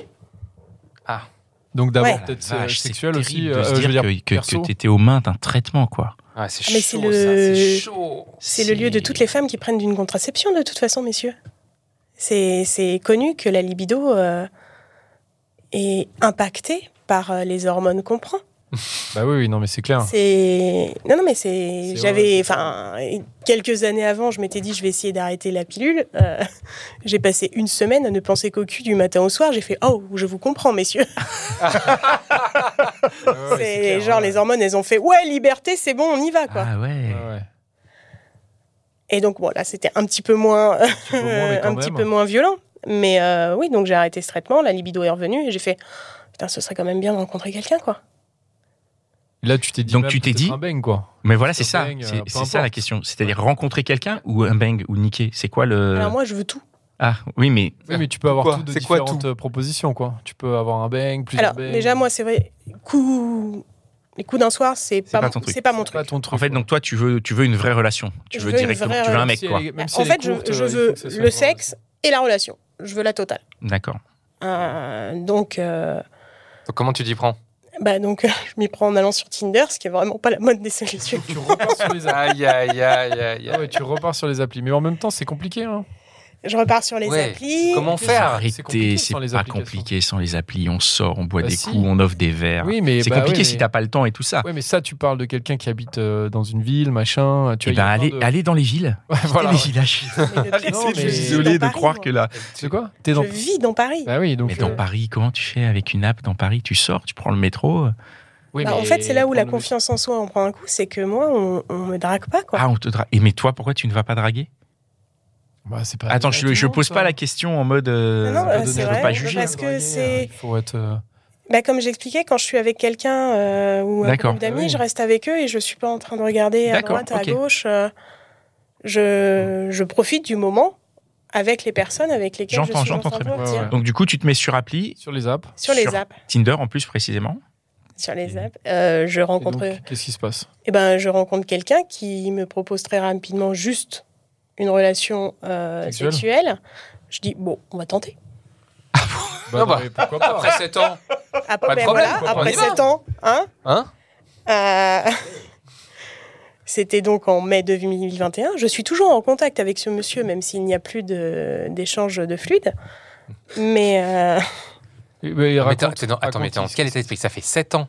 Speaker 3: Donc d'abord
Speaker 5: Ouais.
Speaker 3: peut-être
Speaker 2: Ah,
Speaker 3: euh,
Speaker 2: c'est
Speaker 3: sexuel
Speaker 2: terrible
Speaker 3: aussi.
Speaker 2: de
Speaker 3: euh,
Speaker 2: se
Speaker 3: je
Speaker 2: dire
Speaker 3: veux dire,
Speaker 2: que, que,
Speaker 3: perso.
Speaker 2: que t'étais aux mains d'un traitement, quoi.
Speaker 4: Ouais, Ah, c'est
Speaker 5: Ah, Mais
Speaker 4: chaud,
Speaker 5: c'est le-
Speaker 4: ça, c'est chaud.
Speaker 5: C'est le lieu de toutes les femmes qui prennent d'une contraception, de toute façon, messieurs. C'est c'est connu que la libido euh, est impactée par euh, les hormones qu'on prend.
Speaker 3: Bah oui, oui, non, mais c'est clair.
Speaker 5: C'est non, non, mais c'est
Speaker 3: C'est
Speaker 5: j'avais
Speaker 3: vrai, c'est
Speaker 5: enfin quelques années avant, je m'étais dit je vais essayer d'arrêter la pilule. Euh, j'ai passé une semaine à ne penser qu'au cul du matin au soir. J'ai fait oh, je vous comprends, messieurs.
Speaker 3: Ah Ouais, ouais,
Speaker 5: c'est
Speaker 3: clair, hein.
Speaker 5: genre
Speaker 3: ouais.
Speaker 5: les hormones, elles ont fait ouais liberté, c'est bon, on y va quoi.
Speaker 2: Ah ouais.
Speaker 3: Ouais, ouais.
Speaker 5: Et donc bon là, c'était un petit peu moins
Speaker 3: Tu peux au moins, mais
Speaker 5: Euh,
Speaker 3: quand
Speaker 5: un petit
Speaker 3: même.
Speaker 5: peu moins violent. Mais euh, oui, donc j'ai arrêté ce traitement, la libido est revenue et j'ai fait putain, ce serait quand même bien de rencontrer quelqu'un quoi.
Speaker 3: Là, tu t'es dit.
Speaker 2: Donc,
Speaker 3: même
Speaker 2: tu t'es
Speaker 3: peut-être
Speaker 2: dit-
Speaker 3: Un bang, quoi.
Speaker 2: Mais voilà,
Speaker 3: C'est
Speaker 2: c'est
Speaker 3: un
Speaker 2: ça.
Speaker 3: bang, euh,
Speaker 2: C'est
Speaker 3: peu
Speaker 2: c'est ça la
Speaker 3: importe.
Speaker 2: question. C'est-à-dire rencontrer quelqu'un ou un bang ou niquer. C'est quoi le.
Speaker 5: Alors moi, je veux tout.
Speaker 2: ah oui, mais
Speaker 3: Oui, mais tu peux avoir
Speaker 4: Quoi
Speaker 3: tout de
Speaker 4: C'est quoi tout
Speaker 3: différentes euh, propositions, quoi. Tu peux avoir un bang, plusieurs
Speaker 5: Alors
Speaker 3: bangs.
Speaker 5: déjà, moi, c'est vrai, coup... les coups d'un soir, c'est pas,
Speaker 2: pas
Speaker 5: mon-
Speaker 2: ton truc.
Speaker 5: c'est pas mon
Speaker 3: C'est
Speaker 5: truc.
Speaker 3: pas ton truc.
Speaker 2: en fait, donc toi, tu veux, tu veux une vraie relation. Tu
Speaker 5: Je
Speaker 2: veux
Speaker 5: veux une
Speaker 2: directement.
Speaker 5: vraie
Speaker 2: Tu veux un
Speaker 5: relation.
Speaker 3: Euh,
Speaker 2: mec, quoi.
Speaker 5: en fait, je- je, veux le sexe et la relation. Je veux la totale.
Speaker 2: D'accord.
Speaker 5: Euh, donc, euh,
Speaker 4: Donc, comment tu t'y prends
Speaker 5: bah donc, je m'y prends en allant sur Tinder, ce qui est vraiment pas la mode des solutions.
Speaker 3: Tu repars sur les applis.
Speaker 4: Aïe, aïe, aïe, aïe.
Speaker 3: Ah ouais, tu repars sur les applis. Mais en même temps, c'est compliqué. Hein.
Speaker 5: Je repars sur les
Speaker 4: Ouais.
Speaker 5: applis.
Speaker 4: Comment faire
Speaker 3: C'est compliqué
Speaker 2: Arrêtez, c'est
Speaker 3: sans les
Speaker 2: pas
Speaker 3: applications.
Speaker 2: compliqué sans les applis. On sort, on boit
Speaker 3: Bah
Speaker 2: des
Speaker 3: si.
Speaker 2: coups, on offre des verres.
Speaker 3: Oui, mais
Speaker 2: Ah, c'est
Speaker 3: bah,
Speaker 2: compliqué
Speaker 3: ouais,
Speaker 2: si
Speaker 3: mais-
Speaker 2: t'as pas le temps et tout ça.
Speaker 3: Ouais, mais ça, tu parles de quelqu'un qui habite euh, dans une ville, machin. Tu
Speaker 2: Eh ben,
Speaker 3: vois, il y a plein
Speaker 2: allez,
Speaker 3: de-
Speaker 2: allez dans les villes.
Speaker 3: Ouais, euh, voilà.
Speaker 2: Allez, les villages.
Speaker 5: Mais le pire,
Speaker 3: Ah, Non,
Speaker 5: c'est que
Speaker 3: mais-
Speaker 5: je vis
Speaker 3: Désolé
Speaker 5: dans Paris, moi.
Speaker 2: là.
Speaker 3: C'est quoi T'es dans.
Speaker 5: Je vis dans Paris.
Speaker 3: Bah oui, donc.
Speaker 2: Mais
Speaker 3: euh,
Speaker 2: dans Paris, comment tu fais avec une app dans Paris Tu sors, tu prends le métro. euh,
Speaker 3: oui,
Speaker 5: Bah, en
Speaker 3: mais
Speaker 5: fait, c'est là où la
Speaker 3: prendre le-
Speaker 5: confiance en soi en prend un coup, c'est que moi, on, on me drague pas, quoi.
Speaker 2: Ah, on te drague. Et mais toi, pourquoi tu ne vas pas draguer
Speaker 3: Bah, c'est pas-
Speaker 2: Attends, je,
Speaker 3: Tout hein.
Speaker 2: je
Speaker 3: le monde,
Speaker 2: pose pas
Speaker 3: ça.
Speaker 2: la question en mode. euh,
Speaker 5: Non, non,
Speaker 2: je
Speaker 5: euh,
Speaker 2: veux
Speaker 5: c'est
Speaker 2: pas
Speaker 5: vrai,
Speaker 2: juger. hein.
Speaker 5: parce que c'est-
Speaker 3: hein. Il faut être. euh,
Speaker 5: Bah, comme j'expliquais, quand je suis avec quelqu'un euh, ou un
Speaker 2: D'accord.
Speaker 5: groupe d'amis,
Speaker 3: Ah oui.
Speaker 5: je reste avec eux et je suis pas en train de regarder à
Speaker 2: D'accord,
Speaker 5: droite, à
Speaker 2: ok.
Speaker 5: gauche. euh, je, je profite du moment avec les personnes avec lesquelles
Speaker 2: J'entends,
Speaker 5: je suis
Speaker 2: j'entends
Speaker 5: en train
Speaker 2: très
Speaker 5: de
Speaker 2: bien.
Speaker 5: sortir.
Speaker 3: Ouais, ouais.
Speaker 2: Donc du coup, tu te mets sur appli,
Speaker 3: Sur les apps.
Speaker 5: Sur les
Speaker 2: Sur-
Speaker 5: apps,
Speaker 2: Tinder en plus précisément.
Speaker 5: sur les
Speaker 3: Et-
Speaker 5: apps, euh, je
Speaker 3: Mmh. Et
Speaker 5: rencontre,
Speaker 3: donc, Qu'est-ce qui se passe
Speaker 5: eh ben, je rencontre quelqu'un qui me propose très rapidement juste une relation euh,
Speaker 3: Sexuelle.
Speaker 5: sexuelle. Je dis bon, on va tenter.
Speaker 3: Bah,
Speaker 4: Non, bah.
Speaker 3: non, mais pourquoi pas
Speaker 4: Après 7 ans,
Speaker 5: Après,
Speaker 4: de
Speaker 5: ben
Speaker 4: problème,
Speaker 5: voilà,
Speaker 4: quoi, on
Speaker 5: après
Speaker 4: y va.
Speaker 5: 7 ans, hein
Speaker 4: hein
Speaker 5: Euh, C'était donc en mai 2021. Je suis toujours en contact avec ce monsieur, même s'il n'y a plus de- d'échange de, fluide. Mais euh,
Speaker 3: Et- mais Eh ben, il
Speaker 4: Mais
Speaker 3: raconte-
Speaker 4: t'es- t'es dans- Attends, mais t'es en
Speaker 3: raconte-
Speaker 4: quel état d'esprit Ça fait 7 ans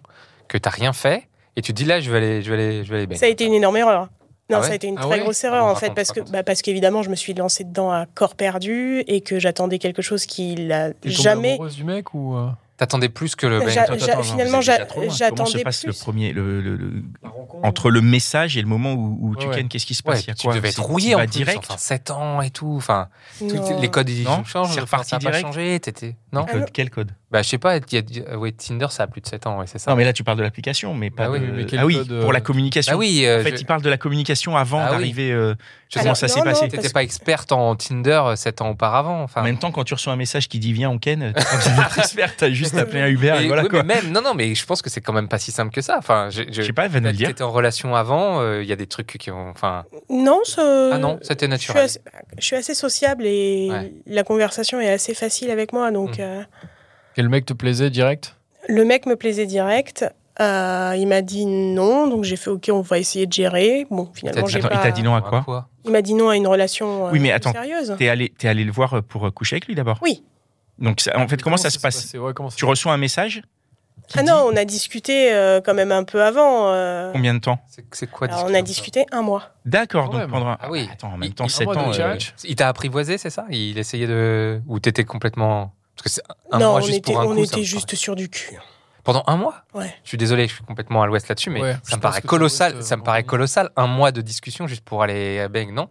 Speaker 4: que t'as rien fait et tu te dis là, je vais aller, je vais aller, je vais aller baigner.
Speaker 5: ça a été une énorme erreur. Non,
Speaker 4: Ah ouais
Speaker 5: ça a été une
Speaker 3: Ah
Speaker 5: très
Speaker 3: ouais
Speaker 5: grosse
Speaker 4: Ah
Speaker 5: erreur
Speaker 4: bon,
Speaker 5: en fait,
Speaker 4: raconte,
Speaker 5: parce que
Speaker 4: raconte.
Speaker 5: bah, parce qu'évidemment, je me suis lancée dedans à corps perdu et que j'attendais quelque chose qu'il a
Speaker 3: T'es tombée
Speaker 5: jamais.
Speaker 3: amoureuse du mec ou euh,
Speaker 4: T'attendais plus que le
Speaker 5: J'a-
Speaker 4: bain.
Speaker 5: j'a-
Speaker 3: attends, attends,
Speaker 5: finalement,
Speaker 3: vous
Speaker 5: j'a-
Speaker 3: êtes déjà trop loin. Comment
Speaker 2: Comment se
Speaker 5: j'attendais
Speaker 2: passe le
Speaker 5: plus.
Speaker 2: premier, le- le- le- entre le message et le moment où, où tu
Speaker 3: Ouais, ouais.
Speaker 2: kennes, qu'est-ce qui se passe
Speaker 4: Ouais,
Speaker 2: Il y a
Speaker 4: tu
Speaker 2: quoi
Speaker 4: devais
Speaker 2: C'est-
Speaker 4: être
Speaker 2: tu
Speaker 4: rouillé en
Speaker 2: vas
Speaker 4: plus,
Speaker 2: direct.
Speaker 4: enfin 7 ans et tout, enfin tout-
Speaker 5: Non.
Speaker 4: les codes ils
Speaker 2: Non,
Speaker 4: changent,
Speaker 2: c'est
Speaker 4: enfin,
Speaker 2: reparti
Speaker 4: ça a pas
Speaker 2: direct.
Speaker 4: changé, t'étais non
Speaker 5: Ah
Speaker 2: Code-
Speaker 5: non.
Speaker 2: Quel code
Speaker 4: Bah je sais pas, il y a- ouais, Tinder ça a plus de 7 ans, ouais, c'est ça.
Speaker 2: Non, mais là, tu parles de l'application, mais pas
Speaker 4: Ah oui,
Speaker 2: de-
Speaker 3: mais quel
Speaker 2: ah oui,
Speaker 3: code, euh,
Speaker 2: pour la communication.
Speaker 4: Ah oui, euh,
Speaker 2: En fait,
Speaker 4: je-
Speaker 2: il parle de la communication avant
Speaker 4: Ah oui.
Speaker 2: d'arriver. euh,
Speaker 4: je sais
Speaker 2: comment
Speaker 5: Alors,
Speaker 2: ça s'est
Speaker 5: non, non,
Speaker 2: passé
Speaker 5: parce
Speaker 4: T'étais pas experte en Tinder euh, 7 ans auparavant. Enfin,
Speaker 2: En même temps, quand tu reçois un message qui dit viens, on ken, t'es pas obligé d'être expert, t'as juste appelé un Uber
Speaker 4: mais-
Speaker 2: et voilà
Speaker 4: oui,
Speaker 2: quoi.
Speaker 4: mais même, non, non, mais je pense que c'est quand même pas si simple que ça. Enfin, je, je-
Speaker 2: Je sais pas, elle va nous le
Speaker 4: peut-être
Speaker 2: dire.
Speaker 4: t'étais en relation avant, euh, il y a des trucs qui ont. Enfin,
Speaker 5: Non, ce-
Speaker 4: ah non, c'était
Speaker 5: Je suis,
Speaker 4: naturel.
Speaker 5: assez, je suis assez sociable et
Speaker 4: Ouais.
Speaker 5: la conversation est assez facile avec moi, donc.
Speaker 4: Mm.
Speaker 5: euh,
Speaker 3: Et le mec te plaisait direct
Speaker 5: Le mec me plaisait direct. Euh, il m'a dit non, donc j'ai fait ok, on va essayer de gérer. Bon, finalement,
Speaker 4: Attends,
Speaker 5: j'ai
Speaker 2: Attends,
Speaker 5: pas.
Speaker 2: il t'a dit non à quoi
Speaker 5: Il m'a dit non à une relation euh,
Speaker 2: Oui, mais
Speaker 5: plus
Speaker 2: attends,
Speaker 5: sérieuse.
Speaker 2: T'es allé, t'es allé le voir pour euh, coucher avec lui d'abord
Speaker 5: Oui.
Speaker 2: Donc, ça- en fait, comment ça se passe
Speaker 3: passait Ouais, comment ça-
Speaker 2: Tu reçois un message qui
Speaker 5: Ah
Speaker 2: dit
Speaker 5: non, on a discuté euh, quand même un peu avant. euh,
Speaker 2: Combien de temps
Speaker 4: C'est c'est quoi
Speaker 5: alors,
Speaker 4: discuter
Speaker 5: on a
Speaker 4: comme ça
Speaker 5: discuté un mois.
Speaker 2: D'accord,
Speaker 3: Quand
Speaker 2: donc
Speaker 3: même.
Speaker 2: prendre un.
Speaker 4: Ah oui.
Speaker 2: Attends, en même
Speaker 4: Il-
Speaker 2: temps,
Speaker 4: il-
Speaker 2: 7
Speaker 3: moi,
Speaker 2: ans.
Speaker 3: donc,
Speaker 2: euh,
Speaker 3: challenge.
Speaker 4: Il t'a apprivoisé, c'est ça Il essayait de. Ou t'étais complètement. Parce que c'est un
Speaker 5: non,
Speaker 4: mois
Speaker 5: on
Speaker 4: juste
Speaker 5: était,
Speaker 4: pour un
Speaker 5: on
Speaker 4: coup, ça
Speaker 5: était
Speaker 4: me
Speaker 5: juste sur du cul.
Speaker 4: paraît- Pendant un mois
Speaker 5: Ouais.
Speaker 4: Je suis désolé, je suis complètement à l'ouest là-dessus, mais
Speaker 3: Ouais, je
Speaker 4: ça me
Speaker 3: pense
Speaker 4: paraît
Speaker 3: que ça
Speaker 4: colossal.
Speaker 3: reste,
Speaker 4: ça me
Speaker 3: euh,
Speaker 4: paraît
Speaker 3: vraiment-
Speaker 4: colossal, un mois de discussion juste pour aller à Bang, non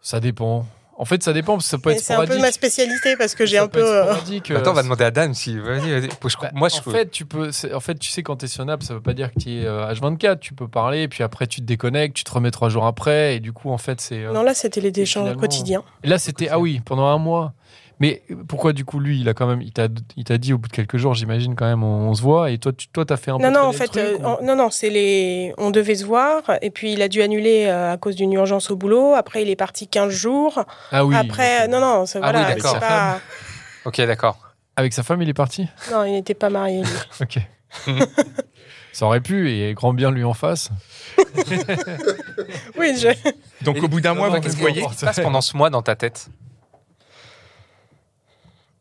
Speaker 3: Ça dépend. En fait, ça dépend, parce que ça peut
Speaker 5: Mais
Speaker 3: être
Speaker 5: C'est un peu
Speaker 3: sporadique.
Speaker 5: ma spécialité parce que j'ai
Speaker 3: Ça
Speaker 5: un
Speaker 3: peut
Speaker 5: peu.
Speaker 3: être
Speaker 5: euh,
Speaker 3: sporadique, euh,
Speaker 4: Bah, Attends, on va demander à Dan si. Vas-y, vas-y. Faut que je-
Speaker 3: Bah,
Speaker 4: Moi, je.
Speaker 3: en fait, tu peux. c'est- En fait, tu sais quand t'es sur Nap, ça veut pas dire que t'es euh, H24. Tu peux parler, puis après tu te déconnectes, tu te remets trois jours après, et du coup, en fait, c'est. euh,
Speaker 5: Non, là, c'était les échanges
Speaker 3: finalement,
Speaker 5: quotidiens.
Speaker 3: Et Là, c'était ah oui, pendant un mois. Mais euh, pourquoi du coup lui, il a quand même, il t'a, il t'a dit au bout de quelques jours, j'imagine quand même, on, on se voit. Et toi, tu, toi, t'as fait un peu.
Speaker 5: Non, non, en
Speaker 3: traîner le
Speaker 5: fait, euh,
Speaker 3: truc,
Speaker 5: en- non, non, c'est les. On devait se voir, et puis il a dû annuler euh, à cause d'une urgence au boulot. Après, il est parti 15 jours.
Speaker 3: ou- Ah oui.
Speaker 5: Après, euh, non, non, ça,
Speaker 3: Ah oui,
Speaker 5: voilà,
Speaker 4: d'accord.
Speaker 5: c'est pas.
Speaker 4: Ok, d'accord.
Speaker 3: Avec sa femme, il est parti.
Speaker 5: Non, il n'était pas marié. lui.
Speaker 3: Ok. Ça aurait pu et grand bien lui en face.
Speaker 5: oui, je...
Speaker 2: Donc,
Speaker 4: Et-
Speaker 2: au bout d'un
Speaker 4: Non,
Speaker 2: mois,
Speaker 4: non,
Speaker 2: vous
Speaker 4: qu'est-ce
Speaker 2: vous
Speaker 4: que-
Speaker 2: voyez.
Speaker 4: Qu'est-ce qui se passe pendant ce mois dans ta tête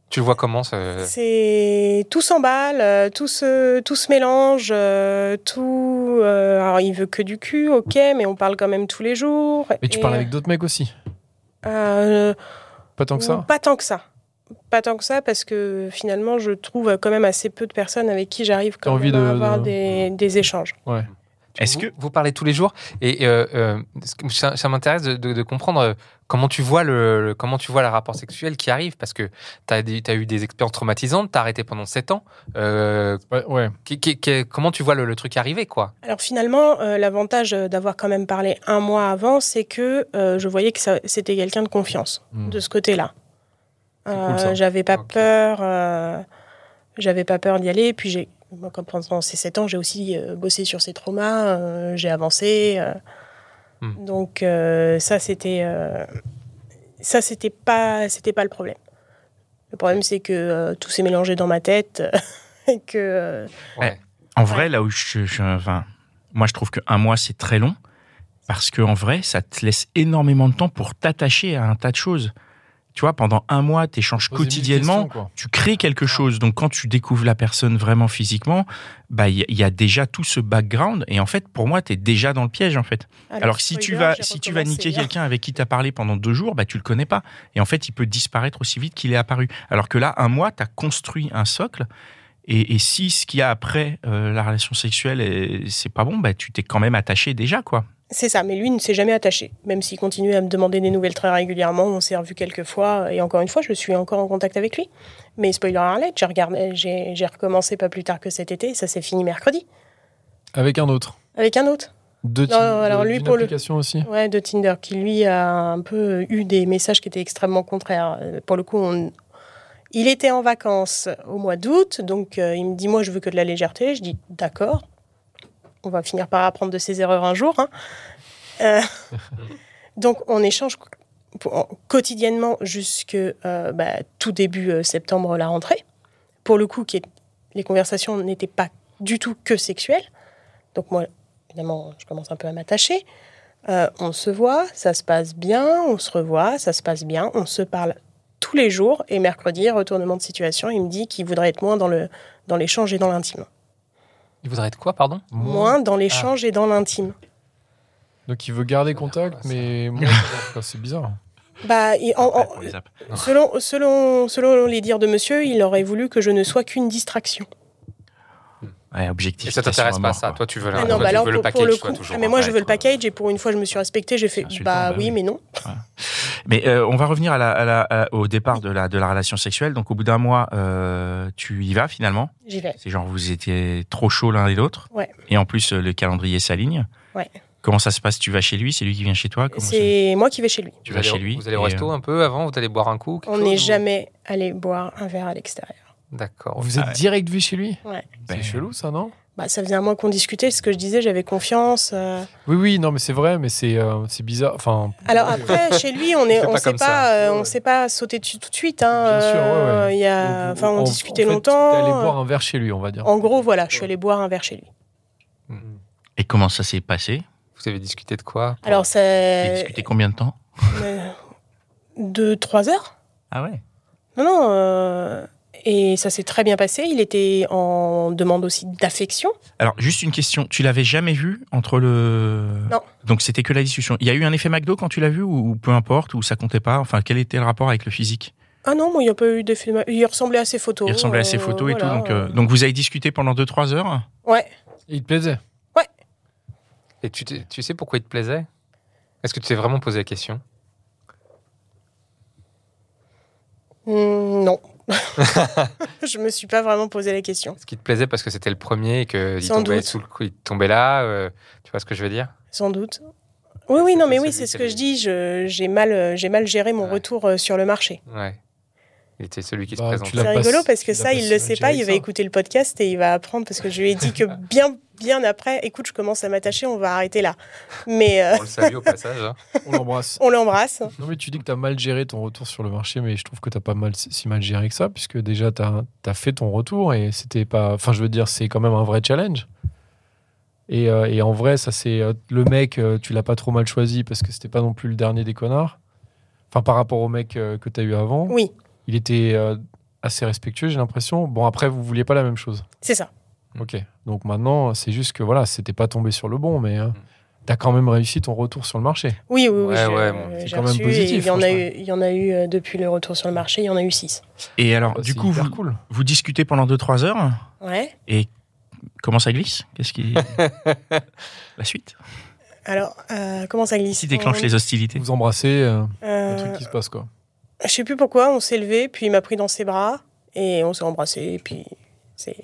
Speaker 4: Tu le vois comment ce-
Speaker 5: c'est tout s'emballe, euh, tout se, tout se mélange, euh, tout. euh, Alors, il veut que du cul, ok, mais on parle quand même tous les jours.
Speaker 3: Mais tu
Speaker 5: Et,
Speaker 3: parles avec d'autres mecs aussi.
Speaker 5: euh,
Speaker 3: Pas tant que ça.
Speaker 5: Pas tant que ça. Pas tant que ça, parce que finalement, je trouve quand même assez peu de personnes avec qui j'arrive quand
Speaker 3: T'as envie
Speaker 5: même à
Speaker 3: de-
Speaker 5: avoir
Speaker 3: de-
Speaker 5: Des, des échanges.
Speaker 2: Est-ce
Speaker 4: vous,
Speaker 2: que-
Speaker 4: vous parlez tous les jours et euh, euh, ce que- ça, ça m'intéresse de, de- de comprendre euh, comment tu vois le, le- comment tu vois le rapport sexuel qui arrive parce que tu as, eu des expériences traumatisantes, t'as arrêté pendant 7 ans. euh,
Speaker 3: Ouais. ouais.
Speaker 4: qui- qui- qui- comment tu vois le, le truc arriver quoi
Speaker 5: Alors finalement, euh, l'avantage euh, d'avoir quand même parlé un mois avant, c'est que euh, je voyais que ça- c'était quelqu'un de confiance.
Speaker 3: Hmm.
Speaker 5: de ce côté-là.
Speaker 3: cool,
Speaker 5: Euh,
Speaker 3: ça.
Speaker 5: j'avais pas
Speaker 4: Ok.
Speaker 5: peur, euh, j'avais pas peur d'y aller. Et puis j'ai, moi, comme pendant ces sept ans, j'ai aussi euh, bossé sur ces traumas, euh, j'ai avancé. euh.
Speaker 4: Hmm.
Speaker 5: Donc euh, ça c'était, euh, ça c'était pas, c'était pas le problème. Le problème c'est que euh, tout s'est mélangé dans ma tête et que euh,
Speaker 4: Ouais.
Speaker 2: En vrai, là où je, je- enfin, moi, je trouve qu'un mois, c'est très long. Parce que en vrai, ça te laisse énormément de temps pour t'attacher à un tas de choses. Tu vois, pendant un mois, tu échanges
Speaker 3: Poser mille
Speaker 2: quotidiennement.
Speaker 3: questions, quoi.
Speaker 2: tu crées quelque chose. Donc, quand tu découvres la personne vraiment physiquement, bah, il y, a- il y a déjà tout ce background. Et en fait, pour moi, tu es déjà dans le piège, en fait. Alors, que si tu
Speaker 5: spoiler,
Speaker 2: vas,
Speaker 5: j'ai
Speaker 2: si tu vas
Speaker 5: recommencé
Speaker 2: niquer
Speaker 5: hier.
Speaker 2: quelqu'un avec qui tu as parlé pendant deux jours, bah, tu le connais pas. Et en fait, il peut disparaître aussi vite qu'il est apparu. Alors que là, un mois, tu as construit un socle. Et, et si ce qu'il y a après euh, la relation sexuelle, euh, c'est pas bon, bah, tu t'es quand même attaché déjà, quoi.
Speaker 5: C'est ça, mais lui ne s'est jamais attaché. Même s'il continue à me demander des nouvelles très régulièrement, on s'est revu quelques fois, et encore une fois, je suis encore en contact avec lui. Mais spoiler alert, j'ai, regardé, j'ai, j'ai recommencé pas plus tard que cet été, et ça s'est fini mercredi,
Speaker 3: Avec un autre.
Speaker 5: avec un autre.
Speaker 3: de
Speaker 5: Non, non, alors lui, pour le-
Speaker 3: l'application aussi.
Speaker 5: Ouais, de Tinder, qui lui a un peu euh, eu des messages qui étaient extrêmement contraires. Euh, Pour le coup, on- il était en vacances au mois d'août, donc euh, il me dit Moi, je veux que de la légèreté. Je dis D'accord, on va finir par apprendre de ses erreurs un jour. hein. Euh, donc, on échange qu- pour- en- quotidiennement jusque euh, bah, tout début euh, septembre, la rentrée. Pour le coup, qui est- les conversations n'étaient pas du tout que sexuelles. Donc, moi, évidemment, je commence un peu à m'attacher. Euh, on se voit, ça se passe bien, on se revoit, ça se passe bien, on se parle tous les jours. Et mercredi, retournement de situation, il me dit qu'il voudrait être moins dans le dans l'échange et dans l'intime.
Speaker 4: Il voudrait être quoi, pardon
Speaker 5: Moins dans l'échange et dans l'intime.
Speaker 3: Donc il veut garder
Speaker 4: Ça veut dire
Speaker 3: contact,
Speaker 4: quoi, ça
Speaker 3: mais moi, enfin, c'est bizarre.
Speaker 5: Bah, il-
Speaker 4: Oh,
Speaker 5: en- en- euh,
Speaker 2: Ouais, on les zappe.
Speaker 5: selon, selon, selon les dires de monsieur, il aurait voulu que je ne sois qu'une distraction.
Speaker 2: Ouais, objectif.
Speaker 4: Et ça t'intéresse pas, ça Toi, tu veux, la-
Speaker 5: Ah
Speaker 4: toi, tu
Speaker 5: bah alors,
Speaker 4: veux le
Speaker 5: pour- pour
Speaker 4: package,
Speaker 5: le
Speaker 4: quoi,
Speaker 5: coup-
Speaker 4: toujours.
Speaker 5: ah, mais moi,
Speaker 4: Ouais,
Speaker 5: je veux le
Speaker 4: toi.
Speaker 5: package et pour une fois, je me suis respectée. J'ai fait,
Speaker 2: C'est insultant,
Speaker 5: bah
Speaker 2: bah
Speaker 5: oui,
Speaker 2: oui.
Speaker 5: mais non.
Speaker 2: Mais euh, on va revenir à la, à la- à- au départ de la, de la relation sexuelle. Donc, au bout d'un mois, euh, tu y vas finalement.
Speaker 5: J'y vais.
Speaker 2: C'est genre, vous étiez trop chaud l'un et l'autre.
Speaker 5: Ouais.
Speaker 2: Et en plus, euh, le calendrier s'aligne.
Speaker 5: Ouais.
Speaker 2: Comment ça se passe Tu vas chez lui C'est lui qui vient chez toi Comment ça-
Speaker 5: C'est moi qui vais chez lui.
Speaker 2: Tu
Speaker 4: Vous
Speaker 2: vas
Speaker 4: allez-
Speaker 2: chez lui
Speaker 4: Vous allez au
Speaker 2: et, euh,
Speaker 4: resto un peu avant Vous allez boire un coup quelque
Speaker 5: On
Speaker 4: chose,
Speaker 5: n'est
Speaker 4: ou-
Speaker 5: jamais allé boire un verre à l'extérieur.
Speaker 4: D'accord.
Speaker 3: Vous êtes
Speaker 2: Ah ouais.
Speaker 3: direct vu chez lui
Speaker 5: Ouais.
Speaker 3: C'est
Speaker 2: Ben-
Speaker 3: chelou ça, non
Speaker 5: Bah, ça faisait un mois qu'on discutait. Ce que je disais, j'avais confiance. euh,
Speaker 3: Oui, oui, non, mais c'est vrai, mais c'est euh, c'est bizarre. Enfin,
Speaker 5: Alors après, chez lui, on
Speaker 4: Il
Speaker 5: est,
Speaker 4: fait
Speaker 5: on
Speaker 4: pas
Speaker 5: sait
Speaker 4: comme
Speaker 5: pas,
Speaker 4: ça.
Speaker 5: euh, on
Speaker 4: Ouais.
Speaker 5: sait pas sauter dessus tout de suite. Hein,
Speaker 3: Bien sûr, ouais,
Speaker 5: euh,
Speaker 3: ouais.
Speaker 5: Il y a, enfin, on
Speaker 3: en-
Speaker 5: discutait
Speaker 3: en fait,
Speaker 5: longtemps. euh.
Speaker 3: T'es allé boire un verre chez lui, on va dire.
Speaker 5: En gros, voilà, je suis allée boire un verre chez lui.
Speaker 2: Mm. et comment ça s'est passé
Speaker 4: Mm. Vous avez discuté de quoi
Speaker 5: Alors
Speaker 2: Vous avez
Speaker 5: c'est
Speaker 2: discuté combien de temps
Speaker 5: euh, deux, trois heures.
Speaker 2: Ah ouais
Speaker 5: Non, non. euh, et ça s'est très bien passé. Il était en demande aussi d'affection.
Speaker 2: Alors, juste une question. Tu l'avais jamais vu entre le.
Speaker 5: Non.
Speaker 2: Donc, c'était que la discussion. Il y a eu un effet McDo quand tu l'as vu ou, ou peu importe, ou ça comptait pas Enfin, quel était le rapport avec le physique
Speaker 5: Ah non, moi, il n'y a pas eu d'effet. de ma- Il ressemblait à ses photos.
Speaker 2: Il ressemblait à ses
Speaker 5: euh,
Speaker 2: photos et tout.
Speaker 5: voilà,
Speaker 2: Donc, euh,
Speaker 5: euh.
Speaker 2: donc, vous avez discuté pendant 2-3 heures
Speaker 5: Ouais.
Speaker 3: Il te plaisait.
Speaker 4: Et tu, t'es- tu sais pourquoi il te plaisait Est-ce que tu t'es vraiment posé la question
Speaker 5: Hmm, non. je me suis pas vraiment posé la question.
Speaker 4: Est-ce qu'il te plaisait parce que c'était le premier et qu'il
Speaker 5: Sans
Speaker 4: tombait
Speaker 5: doute.
Speaker 4: sous le coup, il tombait là euh, Tu vois ce que je veux dire
Speaker 5: Sans doute. Oui, oui, non, mais
Speaker 4: C'est
Speaker 5: oui,
Speaker 4: celui
Speaker 5: c'est ce
Speaker 4: qui
Speaker 5: que
Speaker 4: avait-
Speaker 5: je dis. je- J'ai mal, euh, j'ai mal géré mon
Speaker 4: Ouais.
Speaker 5: retour euh, sur le marché.
Speaker 4: Ouais. Il était celui qui
Speaker 3: Bah,
Speaker 4: se
Speaker 3: tu
Speaker 4: présentait.
Speaker 3: l'as
Speaker 5: C'est
Speaker 3: pas
Speaker 5: rigolo
Speaker 3: su-
Speaker 5: parce que
Speaker 3: il a
Speaker 5: ça,
Speaker 3: pas
Speaker 5: il
Speaker 3: su
Speaker 5: le sait
Speaker 3: gérer
Speaker 5: pas. Il
Speaker 3: ça.
Speaker 5: va écouter le podcast et il va apprendre parce que je lui ai dit que bien, bien après, écoute, je commence à m'attacher, on va arrêter là. Mais euh,
Speaker 4: On le salue au passage. hein.
Speaker 3: On l'embrasse.
Speaker 5: on l'embrasse.
Speaker 3: Non, mais tu dis que t'as mal géré ton retour sur le marché, mais je trouve que t'as pas mal, si mal géré que ça, puisque déjà t'as as fait ton retour et c'était pas. Enfin, je veux dire, c'est quand même un vrai challenge. Et, euh, et en vrai, ça c'est. euh, le mec, euh, tu l'as pas trop mal choisi parce que c'était pas non plus le dernier des connards. Enfin, par rapport au mec euh, que t'as eu avant,
Speaker 5: Oui,
Speaker 3: il était euh, assez respectueux, j'ai l'impression. Bon, après, vous vouliez pas la même chose.
Speaker 5: c'est ça.
Speaker 2: Mm.
Speaker 3: Ok. Donc maintenant, c'est juste que voilà, c'était pas tombé sur le bon, mais euh,
Speaker 4: Mm.
Speaker 3: t'as quand même réussi ton retour sur le marché.
Speaker 5: Oui, oui, oui.
Speaker 4: Ouais,
Speaker 5: je-
Speaker 4: ouais, bon,
Speaker 5: j'ai
Speaker 3: c'est quand même
Speaker 5: reçu et
Speaker 3: positif,
Speaker 5: Il y en a
Speaker 3: franchement.
Speaker 5: eu, il y en a eu euh, depuis le retour sur le marché. Il y en a eu six.
Speaker 2: Et alors,
Speaker 3: Bah,
Speaker 2: du
Speaker 3: c'est
Speaker 2: coup,
Speaker 3: hyper
Speaker 2: vous,
Speaker 3: cool.
Speaker 2: vous discutez pendant 2-3 heures
Speaker 5: Ouais.
Speaker 2: Comment ça glisse Qu'est-ce qui. la suite
Speaker 5: Alors, euh, comment ça glisse
Speaker 2: Qui déclenche
Speaker 5: On-
Speaker 2: les hostilités
Speaker 3: Vous embrassez, euh,
Speaker 5: Euh,
Speaker 3: le truc qui se passe quoi.
Speaker 5: Je sais plus pourquoi, on s'est levé, puis il m'a pris dans ses bras et on s'est embrassé, et puis c'est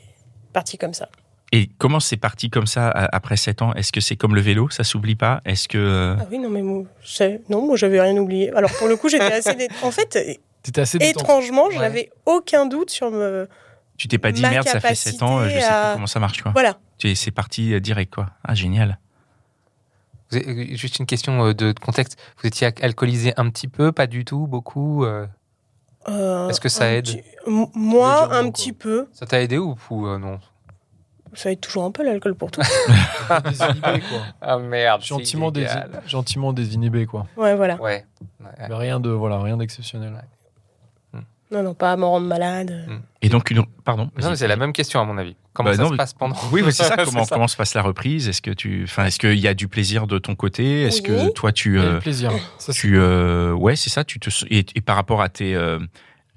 Speaker 5: parti comme ça.
Speaker 2: Et comment c'est parti comme ça à- après 7 ans Est-ce que c'est comme le vélo Ça s'oublie pas Est-ce que. euh,
Speaker 5: Ah oui, non, mais moi, je sais- non, moi j'avais rien oublié. Alors pour le coup, j'étais assez. dé- En fait,
Speaker 3: T'étais assez détendu.
Speaker 5: étrangement, je
Speaker 4: Ouais.
Speaker 5: n'avais aucun doute sur me.
Speaker 2: Tu t'es pas dit
Speaker 5: ma
Speaker 2: merde, ça fait 7 ans, euh, je sais
Speaker 5: capacité à-
Speaker 2: plus comment ça marche, quoi.
Speaker 5: Voilà.
Speaker 2: Tu- C'est parti euh, direct, quoi. Ah, génial.
Speaker 4: Vous avez- euh, Juste une question euh, de de contexte. Vous étiez ac- alcoolisé un petit peu, pas du tout, beaucoup euh,
Speaker 5: Euh,
Speaker 4: Est-ce que ça
Speaker 5: un
Speaker 4: aide
Speaker 5: petit- M- Moi,
Speaker 3: Légèrement,
Speaker 5: un
Speaker 3: quoi.
Speaker 4: euh.
Speaker 5: petit peu.
Speaker 4: Ça t'a aidé ou, ou, euh, non
Speaker 5: Ça aide toujours un peu l'alcool pour tout.
Speaker 3: Désinhibé, quoi.
Speaker 4: Ah merde.
Speaker 3: Gentiment, dési- gentiment désinhibé quoi.
Speaker 5: ouais, voilà.
Speaker 4: Ouais. Ouais.
Speaker 3: Mais rien de voilà, rien d'exceptionnel.
Speaker 2: Euh,
Speaker 5: Non, non, pas à m'en rendre malade. euh.
Speaker 2: Et donc, une. Pardon.
Speaker 4: Non, mais c'est la même question à mon avis. Comment
Speaker 2: Bah
Speaker 4: ça
Speaker 2: non,
Speaker 4: se
Speaker 2: mais-
Speaker 4: passe pendant
Speaker 2: Oui, mais c'est ça. Comment,
Speaker 4: ça.
Speaker 2: comment se passe la reprise Est-ce que tu, enfin, est-ce qu'il y a du plaisir de ton côté Est-ce que
Speaker 5: Oui.
Speaker 2: toi, tu,
Speaker 3: Quel
Speaker 2: euh,
Speaker 3: plaisir. Ça, c'est-
Speaker 2: tu, euh, ouais, c'est ça. Tu te s- et, et par rapport à tes, euh,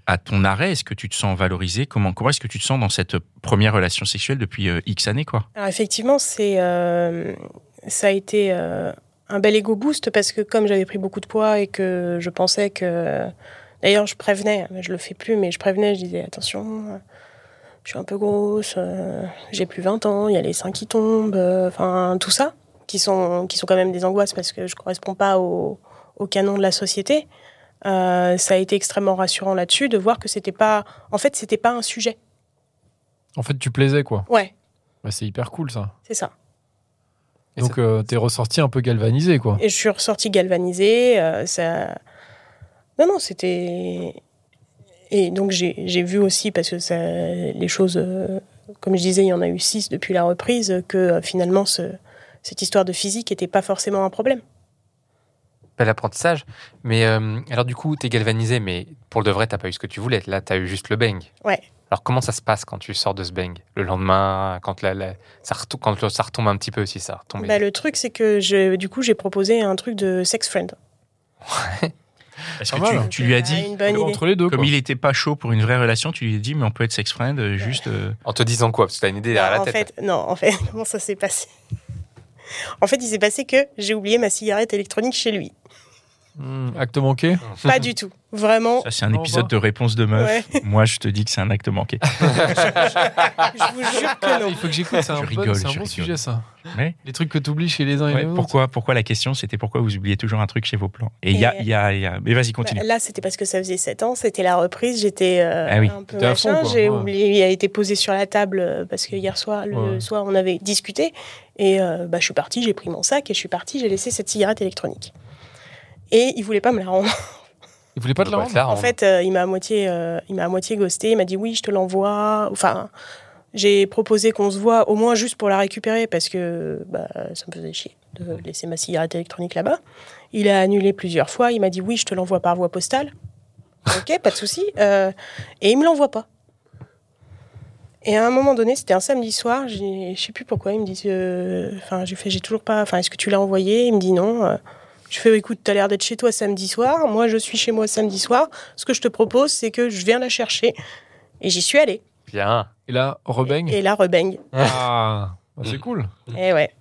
Speaker 2: à ton arrêt, est-ce que tu te sens valorisé Comment, comment est-ce que tu te sens dans cette euh, première relation sexuelle depuis euh, X années, quoi
Speaker 5: Alors effectivement, c'est euh, ça a été euh, un bel ego boost parce que comme j'avais pris beaucoup de poids et que je pensais que d'ailleurs je prévenais, je le fais plus, mais je prévenais, je disais attention, euh, je suis un peu grosse, euh, j'ai plus 20 ans, il y a les seins qui tombent, euh, enfin tout ça, qui sont, qui sont quand même des angoisses parce que je ne correspond pas au, au canon de la société. Euh, ça a été extrêmement rassurant là-dessus de voir que c'était pas, en fait, c'était pas un sujet.
Speaker 3: En fait, tu plaisais, quoi.
Speaker 5: Ouais,
Speaker 3: Bah, c'est hyper cool, ça.
Speaker 5: c'est ça.
Speaker 4: Et
Speaker 3: Donc, euh, t'es ressorti un peu galvanisé, quoi.
Speaker 5: Et je suis ressortie galvanisée. euh, ça... Non, non, c'était. Et donc j'ai j'ai vu aussi, parce que ça, les choses, euh, comme je disais, il y en a eu six depuis la reprise, que euh, finalement ce- cette histoire de physique n'était pas forcément un problème.
Speaker 4: Bel apprentissage. Mais euh, alors, du coup, t'es galvanisé, mais pour de vrai, t'as pas eu ce que tu voulais. Là, t'as eu juste le bang.
Speaker 5: Ouais.
Speaker 4: Alors, comment ça se passe quand tu sors de ce bang Le lendemain, quand, la, la- ça, retou- quand le- ça retombe un petit peu, si ça retombe.
Speaker 5: Bah, le truc, c'est que je, du coup, j'ai proposé un truc de sex friend.
Speaker 2: Parce
Speaker 3: Pas
Speaker 2: que
Speaker 3: mal,
Speaker 2: tu-
Speaker 3: hein.
Speaker 2: tu, lui as
Speaker 5: Ah,
Speaker 2: dit,
Speaker 5: Une bonne idée.
Speaker 3: Entre les deux,
Speaker 2: comme
Speaker 3: quoi.
Speaker 2: il était pas chaud pour une vraie relation, tu lui as dit, mais on peut être sex friend, euh, juste. euh,
Speaker 4: En te disant quoi Parce que t'as une idée derrière
Speaker 5: Bah, en
Speaker 4: la tête.
Speaker 5: fait, non, en fait, comment ça s'est passé En fait, il s'est passé que j'ai oublié ma cigarette électronique chez lui.
Speaker 3: Hmm, acte manqué.
Speaker 5: Pas du tout. Vraiment,
Speaker 2: Ça, c'est un
Speaker 3: Au
Speaker 2: épisode
Speaker 3: revoir.
Speaker 2: de réponse de meuf. Moi, je te dis que c'est un acte manqué.
Speaker 5: Ah, je vous jure que non.
Speaker 3: Ah, Il faut que j'écoute, c'est un,
Speaker 2: Je
Speaker 3: bon-
Speaker 2: rigole,
Speaker 3: c'est un
Speaker 2: je
Speaker 3: bon
Speaker 2: rigole.
Speaker 3: sujet, ça.
Speaker 2: Ouais.
Speaker 3: Les trucs que t'oublies chez les uns et
Speaker 2: Ouais,
Speaker 3: les autres.
Speaker 2: pourquoi, pourquoi la question, c'était pourquoi vous oubliez toujours un truc chez vos plans Et il y a,
Speaker 5: Et-
Speaker 2: il y a, il y a- Mais vas-y, continue.
Speaker 5: Bah, là, c'était parce que ça faisait 7 ans, c'était la reprise, j'étais euh,
Speaker 2: Ah oui,
Speaker 5: un peu
Speaker 3: t'étais à
Speaker 5: machin,
Speaker 3: fond, quoi,
Speaker 5: j'ai
Speaker 3: ouais.
Speaker 5: oublié, il a été posé sur la table euh, parce que hier soir, le
Speaker 3: Ouais.
Speaker 5: soir, on avait discuté et euh, bah, je suis partie, j'ai pris mon sac et je suis partie, j'ai laissé cette cigarette électronique. Et il voulait pas me la rendre.
Speaker 3: Il voulait pas te la
Speaker 4: Ouais,
Speaker 3: rendre
Speaker 4: là,
Speaker 5: En
Speaker 4: on-
Speaker 5: fait, euh, il m'a à moitié, euh, il m'a à moitié ghosté. Il m'a dit oui, je te l'envoie. Enfin, j'ai proposé qu'on se voit au moins juste pour la récupérer parce que bah, ça me faisait chier de laisser ma cigarette électronique là-bas. Il a annulé plusieurs fois. Il m'a dit oui, je te l'envoie par voie postale. Ok, pas de souci. Euh, et il me l'envoie pas. Et à un moment donné, c'était un samedi soir, j'ai- je sais plus pourquoi, il me dit, euh, enfin, j'ai fait, j'ai toujours pas, enfin, est-ce que tu l'as envoyé Il me dit non. Euh, Je fais, écoute, t'as l'air d'être chez toi samedi soir, moi je suis chez moi samedi soir, ce que je te propose, c'est que je viens la chercher. Et j'y suis allée.
Speaker 4: Bien.
Speaker 3: Et là, rebaigne.
Speaker 5: Et là, rebang.
Speaker 3: Ah, bah, c'est cool.
Speaker 5: Et ouais,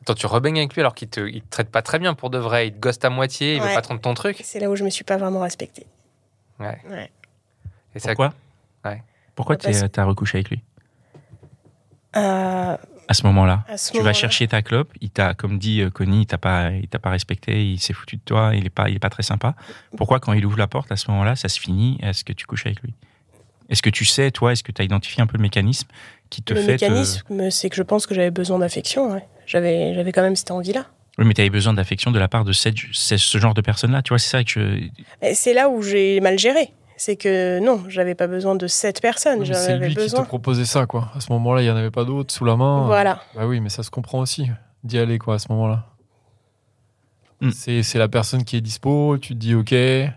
Speaker 4: Attends, tu rebaignes avec lui alors qu'il te, il te traite pas très bien pour de vrai. Il te ghoste à moitié, il veut
Speaker 5: Ouais.
Speaker 4: pas te rendre ton truc.
Speaker 5: c'est là où je me suis pas vraiment respectée.
Speaker 4: Ouais.
Speaker 5: Ouais.
Speaker 4: Et ça-
Speaker 2: Pourquoi
Speaker 4: Ouais.
Speaker 2: Pourquoi
Speaker 5: Bah, Parce-
Speaker 2: t'es- t'as recouché avec lui
Speaker 5: Euh,
Speaker 2: à ce moment-là
Speaker 5: à ce
Speaker 2: Tu vas
Speaker 5: moment-là-
Speaker 2: chercher ta clope. Il t'a, comme dit euh, Connie, il t'a pas, il t'a pas respecté. Il s'est foutu de toi. Il est pas, il est pas très sympa. Pourquoi quand il ouvre la porte à ce moment-là, ça se finit Est-ce que tu couches avec lui Est-ce que tu sais, toi, est-ce que tu as identifié un peu le mécanisme qui te
Speaker 5: Le
Speaker 2: fait euh, te-
Speaker 5: mécanisme, c'est que je pense que j'avais besoin d'affection. ouais. J'avais, j'avais quand même cette envie-là.
Speaker 2: Oui, mais tu avais besoin d'affection de la part de cette, c'est ce genre de personne-là. Tu vois, c'est ça que je.
Speaker 5: Et C'est là où j'ai mal géré. C'est que non, j'avais pas besoin de cette personne, j'en
Speaker 3: C'est
Speaker 5: avais
Speaker 3: lui qui
Speaker 5: besoin.
Speaker 3: te proposait ça, quoi. À ce moment-là, il y en avait pas d'autres sous la main.
Speaker 5: Voilà.
Speaker 3: Bah oui, mais ça se comprend aussi d'y aller quoi à ce moment-là.
Speaker 2: Hmm.
Speaker 3: C'est c'est la personne qui est dispo, tu te dis ok. c'est, euh,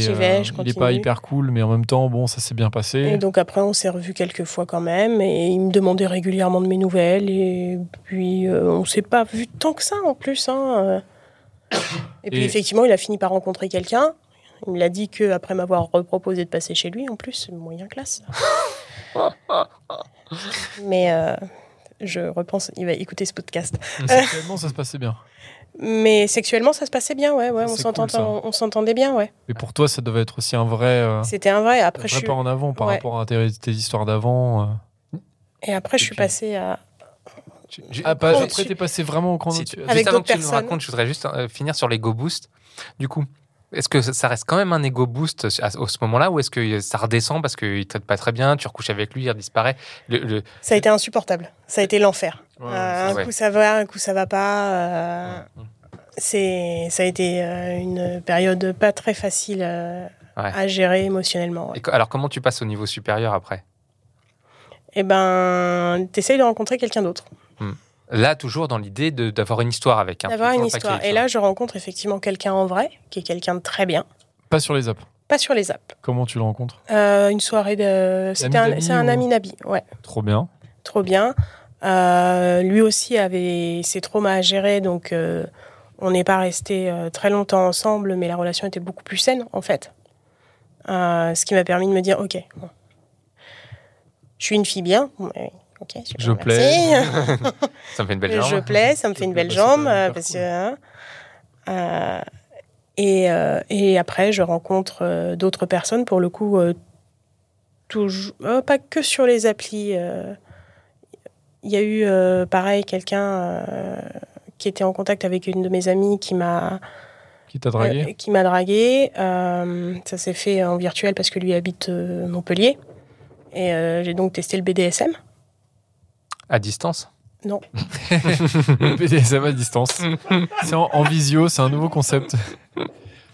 Speaker 5: J'y vais, je
Speaker 3: il est
Speaker 5: continue.
Speaker 3: pas hyper cool, mais en même temps, bon, ça s'est bien passé.
Speaker 5: Et donc après, on s'est revus quelques fois quand même, et il me demandait régulièrement de mes nouvelles, et puis euh, on s'est pas vu tant que ça en plus. hein, euh. Et puis
Speaker 3: Et-
Speaker 5: effectivement, il a fini par rencontrer quelqu'un. Il me l'a dit que après m'avoir reproposé de passer chez lui, en plus, moyen classe. Mais euh, je repense, il va écouter ce podcast.
Speaker 3: Sexuellement, ça se passait bien.
Speaker 5: Mais sexuellement, ça se passait bien, ouais, ouais,
Speaker 3: Ça,
Speaker 5: on
Speaker 3: c'est
Speaker 5: s'entend-
Speaker 3: cool, ça.
Speaker 5: on s'entendait bien, ouais.
Speaker 3: Mais pour toi, ça devait être aussi un vrai, euh,
Speaker 5: C'était un vrai.
Speaker 3: un
Speaker 5: Après,
Speaker 3: vrai
Speaker 5: je suis...
Speaker 3: pas en avant par
Speaker 5: Ouais.
Speaker 3: rapport à tes, tes histoires d'avant. euh.
Speaker 5: Et après, je suis
Speaker 3: puis-
Speaker 5: passée à.
Speaker 4: Ju-
Speaker 3: Ah, pas,
Speaker 5: Quand
Speaker 3: après,
Speaker 5: tu-
Speaker 3: t'es passé vraiment au cran
Speaker 4: si-
Speaker 3: au-dessus.
Speaker 4: juste
Speaker 5: Avec
Speaker 4: avant
Speaker 5: d'autres
Speaker 4: que tu nous
Speaker 5: personnes.
Speaker 4: racontes, je voudrais juste euh, finir sur l'ego boost. Du coup, est-ce que ça- ça reste quand même un ego boost euh, à, ce- à ce moment-là ou est-ce que euh, ça redescend parce qu'il ne traite pas très bien, tu recouches avec lui, il disparaît Le- le-
Speaker 5: Ça a été insupportable. Ça a été l'enfer.
Speaker 3: Ouais,
Speaker 5: Euh, un
Speaker 4: ouais.
Speaker 5: coup ça va, un coup ça va pas. euh,
Speaker 4: Mm.
Speaker 5: C'est, ça a été euh, une période pas très facile euh, à gérer émotionnellement.
Speaker 4: Et co- alors, comment tu passes au niveau supérieur après
Speaker 5: Et Eh ben, t'essayes de rencontrer quelqu'un d'autre,
Speaker 4: Là, toujours dans l'idée de- d'avoir une histoire avec. hein.
Speaker 5: d'avoir
Speaker 4: Toujours
Speaker 5: une
Speaker 4: le paquet
Speaker 5: histoire.
Speaker 4: avec
Speaker 5: Et
Speaker 4: ça.
Speaker 5: là, je rencontre effectivement quelqu'un en vrai, qui est quelqu'un de très bien.
Speaker 3: Pas sur les apps.
Speaker 5: Pas sur les apps.
Speaker 3: Comment tu le rencontres
Speaker 5: Euh, une soirée de. C'était un,
Speaker 3: d'amis
Speaker 5: c'est un
Speaker 3: ou-
Speaker 5: ami Nabi, ouais.
Speaker 3: Trop bien.
Speaker 5: trop bien. Euh, lui aussi avait ses traumas à gérer, donc euh, on n'est pas resté euh, très longtemps ensemble, mais la relation était beaucoup plus saine en fait. Euh, ce qui m'a permis de me dire, ok, bon. je suis une fille bien, Bon, euh, ok, super,
Speaker 3: Je
Speaker 5: merci.
Speaker 3: plais.
Speaker 4: Ça me fait une belle
Speaker 5: je
Speaker 4: jambe.
Speaker 5: plais, ça me
Speaker 3: Je
Speaker 5: fait une
Speaker 3: plais,
Speaker 5: belle
Speaker 3: bah, c'est
Speaker 5: jambe,
Speaker 3: pas-
Speaker 5: euh,
Speaker 3: hyper
Speaker 5: parce que,
Speaker 3: cool.
Speaker 5: hein. Euh, et, euh, et après, je rencontre euh, d'autres personnes, pour le coup, euh, toujours, euh, pas que sur les applis. euh, Il y a eu, euh, pareil, quelqu'un euh, qui était en contact avec une de mes amies qui m'a
Speaker 3: Qui t'a dragué
Speaker 5: euh, qui m'a dragué. Euh, ça s'est fait en virtuel parce que lui habite euh, Montpellier. Et euh, j'ai donc testé le BDSM.
Speaker 4: hein. À distance
Speaker 3: Le BDSM à distance. c'est en, en visio, c'est un nouveau concept.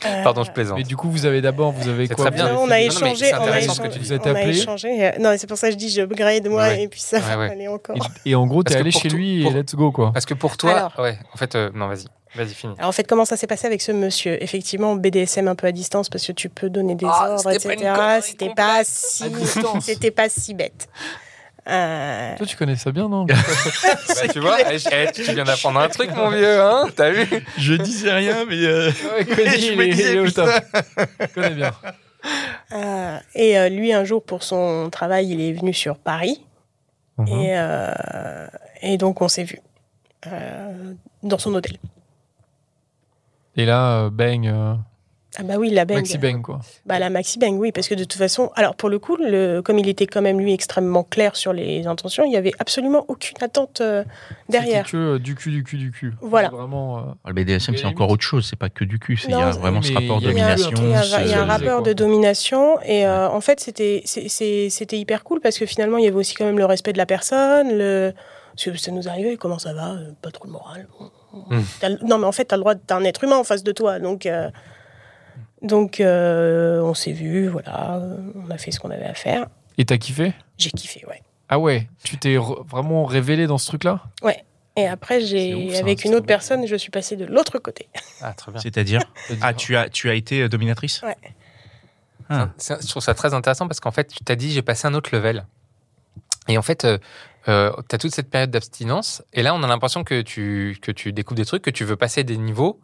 Speaker 5: Euh,
Speaker 4: Pardon, je plaisante.
Speaker 3: Mais du coup, vous avez d'abord, vous avez
Speaker 4: C'est
Speaker 3: quoi
Speaker 4: très Ah, bien.
Speaker 3: vous
Speaker 5: non, on
Speaker 3: avez
Speaker 5: a
Speaker 3: fait-
Speaker 4: Non, non, mais
Speaker 5: échangé,
Speaker 4: c'est
Speaker 5: on a
Speaker 4: intéressant ce que
Speaker 5: échangé-
Speaker 4: tu
Speaker 3: dis. Vous êtes
Speaker 5: on a
Speaker 3: appelé
Speaker 5: échangé, euh, non, c'est pour ça que je dis je upgrade moi
Speaker 4: Ouais.
Speaker 5: et puis ça va
Speaker 4: Ouais, ouais.
Speaker 5: aller encore.
Speaker 3: Et, et en gros,
Speaker 4: Parce que
Speaker 3: t'es allé
Speaker 4: pour
Speaker 3: chez
Speaker 4: tout-
Speaker 3: lui
Speaker 4: pour-
Speaker 3: et let's go quoi.
Speaker 4: Parce que pour toi,
Speaker 5: Alors.
Speaker 4: ouais, en fait, euh, non, vas-y, vas-y, finis.
Speaker 5: Alors, en fait, comment ça s'est passé avec ce monsieur Effectivement, BDSM un peu à distance parce que tu peux donner des
Speaker 4: Ah,
Speaker 5: ordres,
Speaker 4: c'était pas une
Speaker 5: etc.
Speaker 4: connerie
Speaker 5: C'était
Speaker 4: complète.
Speaker 5: pas si,
Speaker 3: distance.
Speaker 5: c'était pas si bête. Euh,
Speaker 3: Toi, tu connais ça bien, non
Speaker 4: Bah, tu vois, eh, eh, tu viens d'apprendre un truc, mon vieux, hein T'as vu
Speaker 2: Je disais rien, mais. euh,
Speaker 3: Ouais, Cody,
Speaker 2: Je
Speaker 3: il
Speaker 2: me
Speaker 3: est- il
Speaker 2: disais,
Speaker 3: est au
Speaker 2: putain.
Speaker 3: top. Je connais bien.
Speaker 5: euh, et euh, lui, un jour, pour son travail, il est venu sur Paris
Speaker 3: Mhm.
Speaker 5: et, euh, et donc on s'est vu euh, dans son hôtel.
Speaker 3: Et là, euh, bang, euh,
Speaker 5: Ah bah oui, la bang.
Speaker 3: maxi bang quoi.
Speaker 5: Bah, la maxi bang, oui, parce que de toute façon, alors pour le coup, le, comme il était quand même lui extrêmement clair sur les intentions, il n'y avait absolument aucune attente euh, derrière.
Speaker 3: C'était que euh, du cul, du cul, du cul.
Speaker 5: Voilà.
Speaker 3: Vraiment. euh,
Speaker 1: Le BDSM, c'est
Speaker 3: Mais
Speaker 1: encore
Speaker 3: limite-
Speaker 1: autre chose, c'est pas que du cul, c'est- il y
Speaker 5: Non,
Speaker 1: a vraiment ce
Speaker 3: mais
Speaker 1: rapport
Speaker 3: il y a-
Speaker 1: domination.
Speaker 5: Il y a, un- il y a un
Speaker 1: ce-
Speaker 3: rapport-
Speaker 5: rapport de domination et euh, en fait c'était c'est- c'est- c'était hyper cool parce que finalement il y avait aussi quand même le respect de la personne, le parce que ça nous arrivait comment ça va, euh, pas trop de morale.
Speaker 4: Hmm.
Speaker 5: T'as le- Non mais en fait t'as le droit t'as un être humain en face de toi donc euh, donc euh, on s'est vu voilà euh, on a fait ce qu'on avait à faire
Speaker 3: Et t'as kiffé
Speaker 5: j'ai kiffé ouais
Speaker 3: Ah ouais, tu t'es re- vraiment révélé dans ce truc-là
Speaker 5: et après
Speaker 3: C'est ouf,
Speaker 5: j'ai
Speaker 3: ça, hein,
Speaker 5: avec
Speaker 3: c'est
Speaker 5: une autre
Speaker 3: trop bien.
Speaker 5: personne je suis passée de l'autre côté
Speaker 4: Ah, très bien.
Speaker 1: C'est-à-dire Ah, tu as, tu as été euh, dominatrice Ah.
Speaker 4: Ça, je trouve ça très intéressant parce qu'en fait, tu t'as dit, j'ai passé un autre level. Et en fait, euh, tu as toute cette période d'abstinence. Et là, on a l'impression que tu, que tu découvres des trucs, que tu veux passer des niveaux.